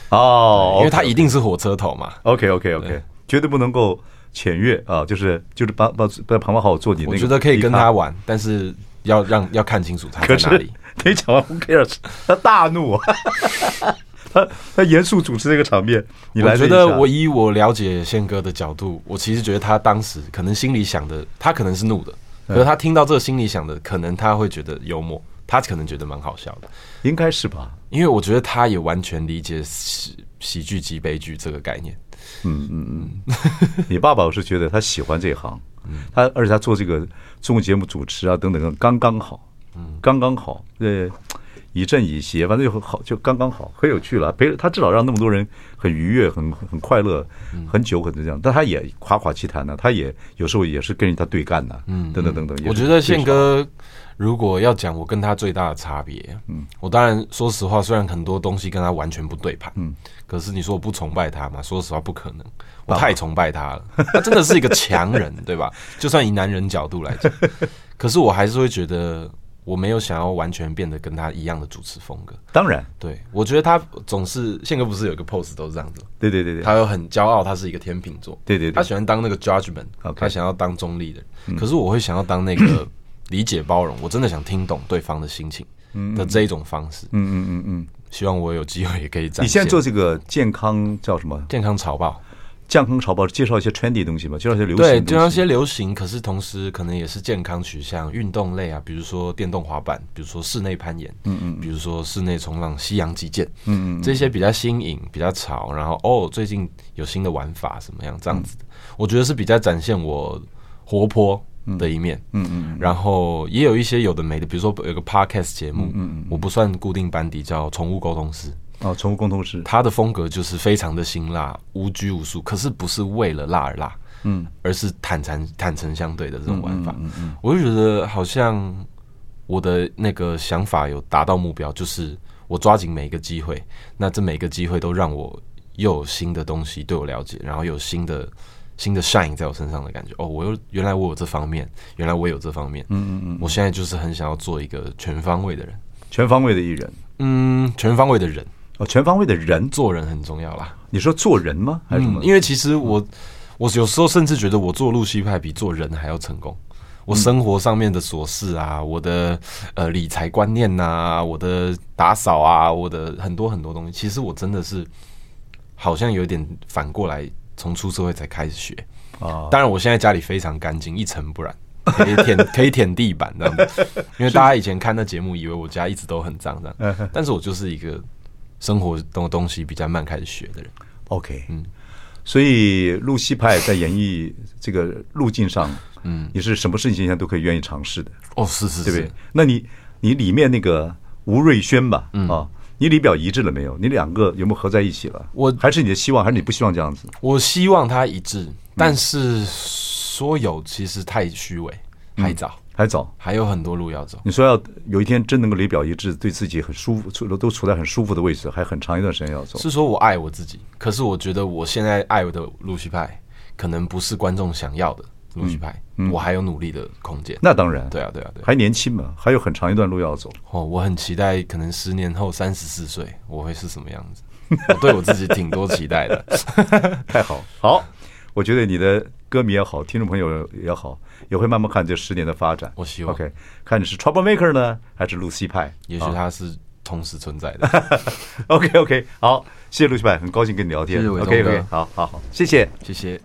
[SPEAKER 1] 哦，
[SPEAKER 2] 因为他一定是火车头嘛。
[SPEAKER 1] OK OK OK，
[SPEAKER 2] 对
[SPEAKER 1] 绝对不能够僭越啊！就是就是帮帮在旁边好好做你那个，
[SPEAKER 2] 我觉得可以跟他。玩，但是要让要看清楚他
[SPEAKER 1] 可
[SPEAKER 2] 在
[SPEAKER 1] 是
[SPEAKER 2] 哪里。
[SPEAKER 1] 你讲完 Who cares，他大怒，啊 [laughs] 他他严肃主持这个场面，你来
[SPEAKER 2] 我
[SPEAKER 1] 了
[SPEAKER 2] 觉
[SPEAKER 1] 一
[SPEAKER 2] 得
[SPEAKER 1] 下
[SPEAKER 2] 我以我了解宪哥的角度，我其实觉得他当时
[SPEAKER 1] 嗯
[SPEAKER 2] 可能心里想的，他可能是怒的，可是他听到这个心里想的，可能他会觉得幽默，他可能觉得蛮好笑的，
[SPEAKER 1] 应该是吧？
[SPEAKER 2] 因为我觉得他也完全理解喜喜剧及悲剧这个概念。
[SPEAKER 1] 你爸爸，我是觉得他喜欢这一行，
[SPEAKER 2] 嗯
[SPEAKER 1] 他而且他做这个综艺节目主持啊等等，刚刚好，
[SPEAKER 2] 嗯
[SPEAKER 1] 刚刚好，呃，以正以邪，反正就很好，就刚刚好，很有趣了。陪他至少让那么多人很愉悦、很很快乐，
[SPEAKER 2] 嗯
[SPEAKER 1] 很久很这样。但他也夸夸其谈呢、啊他也有时候也是跟人家对干呢、嗯，等等等等。也是
[SPEAKER 2] 我觉得
[SPEAKER 1] 对
[SPEAKER 2] 宪哥如果要讲我跟他最大的差别，嗯，我当然说实话，虽然很多东西跟他完全不对盘，嗯，可是你说我不崇拜他嘛？说实话不可能，我太崇拜他了，他真的是一个强人， [laughs] 对吧？就算以男人角度
[SPEAKER 1] [laughs]
[SPEAKER 2] 来讲，可是我还是会觉得我没有想要完全变得跟他一样的主持风格。
[SPEAKER 1] 当然，
[SPEAKER 2] 对，我觉得他总是宪哥不是有一个 pose 都是这样子吗，
[SPEAKER 1] 对对对对，
[SPEAKER 2] 他又很骄傲，他是一个天秤座，
[SPEAKER 1] 对对对
[SPEAKER 2] 他喜欢当那个 judgment，
[SPEAKER 1] OK 嗯
[SPEAKER 2] 他想要当中立的人。可是我会想要当那
[SPEAKER 1] [coughs]
[SPEAKER 2] 个理解包容，我真的想听懂对方的心情的这一种方式。
[SPEAKER 1] 嗯嗯嗯嗯。
[SPEAKER 2] 希望我有机会也可以展现。
[SPEAKER 1] 你现在做这个健康叫什么？
[SPEAKER 2] 健康潮爆，
[SPEAKER 1] 健康潮报介绍一些 trendy 东西嘛，介绍一些流行的
[SPEAKER 2] 对，
[SPEAKER 1] 东西
[SPEAKER 2] 就像一些流行，可是同时可能也是健康取向，运动类啊，比如说电动滑板，比如说室内攀岩，嗯嗯，比如说室内冲浪、西洋击剑，嗯嗯，这些比较新颖、比较潮，然后哦，最近有新的玩法什么样这样子的，我觉得是比较展现我活泼。的一面，嗯嗯，然后也有一些有的没的，比如说有个 podcast 节目，嗯嗯，我不算固定班底，叫宠物沟通师，
[SPEAKER 1] 啊，宠物沟通师，
[SPEAKER 2] 他的风格就是非常的辛辣，无拘无束，可是不是为了辣而辣，嗯，而是坦诚坦诚相对的这种玩法，嗯我就觉得好像我的那个想法有达到目标，就是我抓紧每一个机会，那这每个机会都让我又有新的东西对我了解，然后有新的。新的 shine 在我身上的感觉，哦，我又原来我有这方面，原来我有这方面，嗯嗯嗯，我现在就是很想要做一个全方位的人，
[SPEAKER 1] 全方位的艺人，
[SPEAKER 2] 嗯，全方位的人，
[SPEAKER 1] 哦，全方位的人，
[SPEAKER 2] 做人很重要啦，
[SPEAKER 1] 你说做人吗？还是什么？
[SPEAKER 2] 嗯，因为其实我我有时候甚至觉得我做露西派比做人还要成功。我生活上面的琐事啊，我的呃理财观念呐、我的打扫啊，我的很多很多东西，其实我真的是好像有点反过来，从出社会才开始学。
[SPEAKER 1] 啊，
[SPEAKER 2] 当然，我现在家里非常干净，一尘不染，可以 [laughs] 舔可以舔地板这样 [laughs] 子。因为大家以前看那节目，以为我家一直都很脏这
[SPEAKER 1] 哎
[SPEAKER 2] 样，但是我就是一个生活的东西比较慢开始学的人。
[SPEAKER 1] OK，嗯，所以露西派在演绎这个路径上，嗯，你是什么事情现在都可以愿意尝试的，
[SPEAKER 2] 哦，是是
[SPEAKER 1] 对不对？那你你里面那个吴瑞轩吧，
[SPEAKER 2] 嗯
[SPEAKER 1] 啊，你里表一致了没有？你两个有没有合在一起了？
[SPEAKER 2] 我
[SPEAKER 1] 还是你的希望，还是你不希望这样子？
[SPEAKER 2] 我希望它一致，但是说有其实太虚伪，还早，
[SPEAKER 1] 还早。
[SPEAKER 2] 还有很多路要走。
[SPEAKER 1] 你说要有一天真能够里表一致，对自己很舒服，处都处在很舒服的位置，还很长一段时间要走。
[SPEAKER 2] 是说我爱我自己，可是我觉得我现在爱我的陆续派，可能不是观众想要的陆续派，我还有努力的空间。
[SPEAKER 1] 那当然，
[SPEAKER 2] 对啊，对啊，对啊。
[SPEAKER 1] 还年轻嘛，还有很长一段路要
[SPEAKER 2] [laughs]
[SPEAKER 1] 走。
[SPEAKER 2] 哦，我很期待，可能十年后三十四岁我会是什么样子。我对我自己挺多期待的。
[SPEAKER 1] 太好，好，我觉得你的歌迷也好，听众朋友也好，也会慢慢看这十年的发展。
[SPEAKER 2] 我希望
[SPEAKER 1] OK，看你是 Trouble Maker 呢，还是露西派？啊
[SPEAKER 2] 也许它是同时存在的。
[SPEAKER 1] OK OK，好，谢谢露西派，很高兴跟你聊天。
[SPEAKER 2] 谢谢伟东
[SPEAKER 1] OK OK，
[SPEAKER 2] 哥
[SPEAKER 1] 好好好，谢谢。
[SPEAKER 2] 谢谢。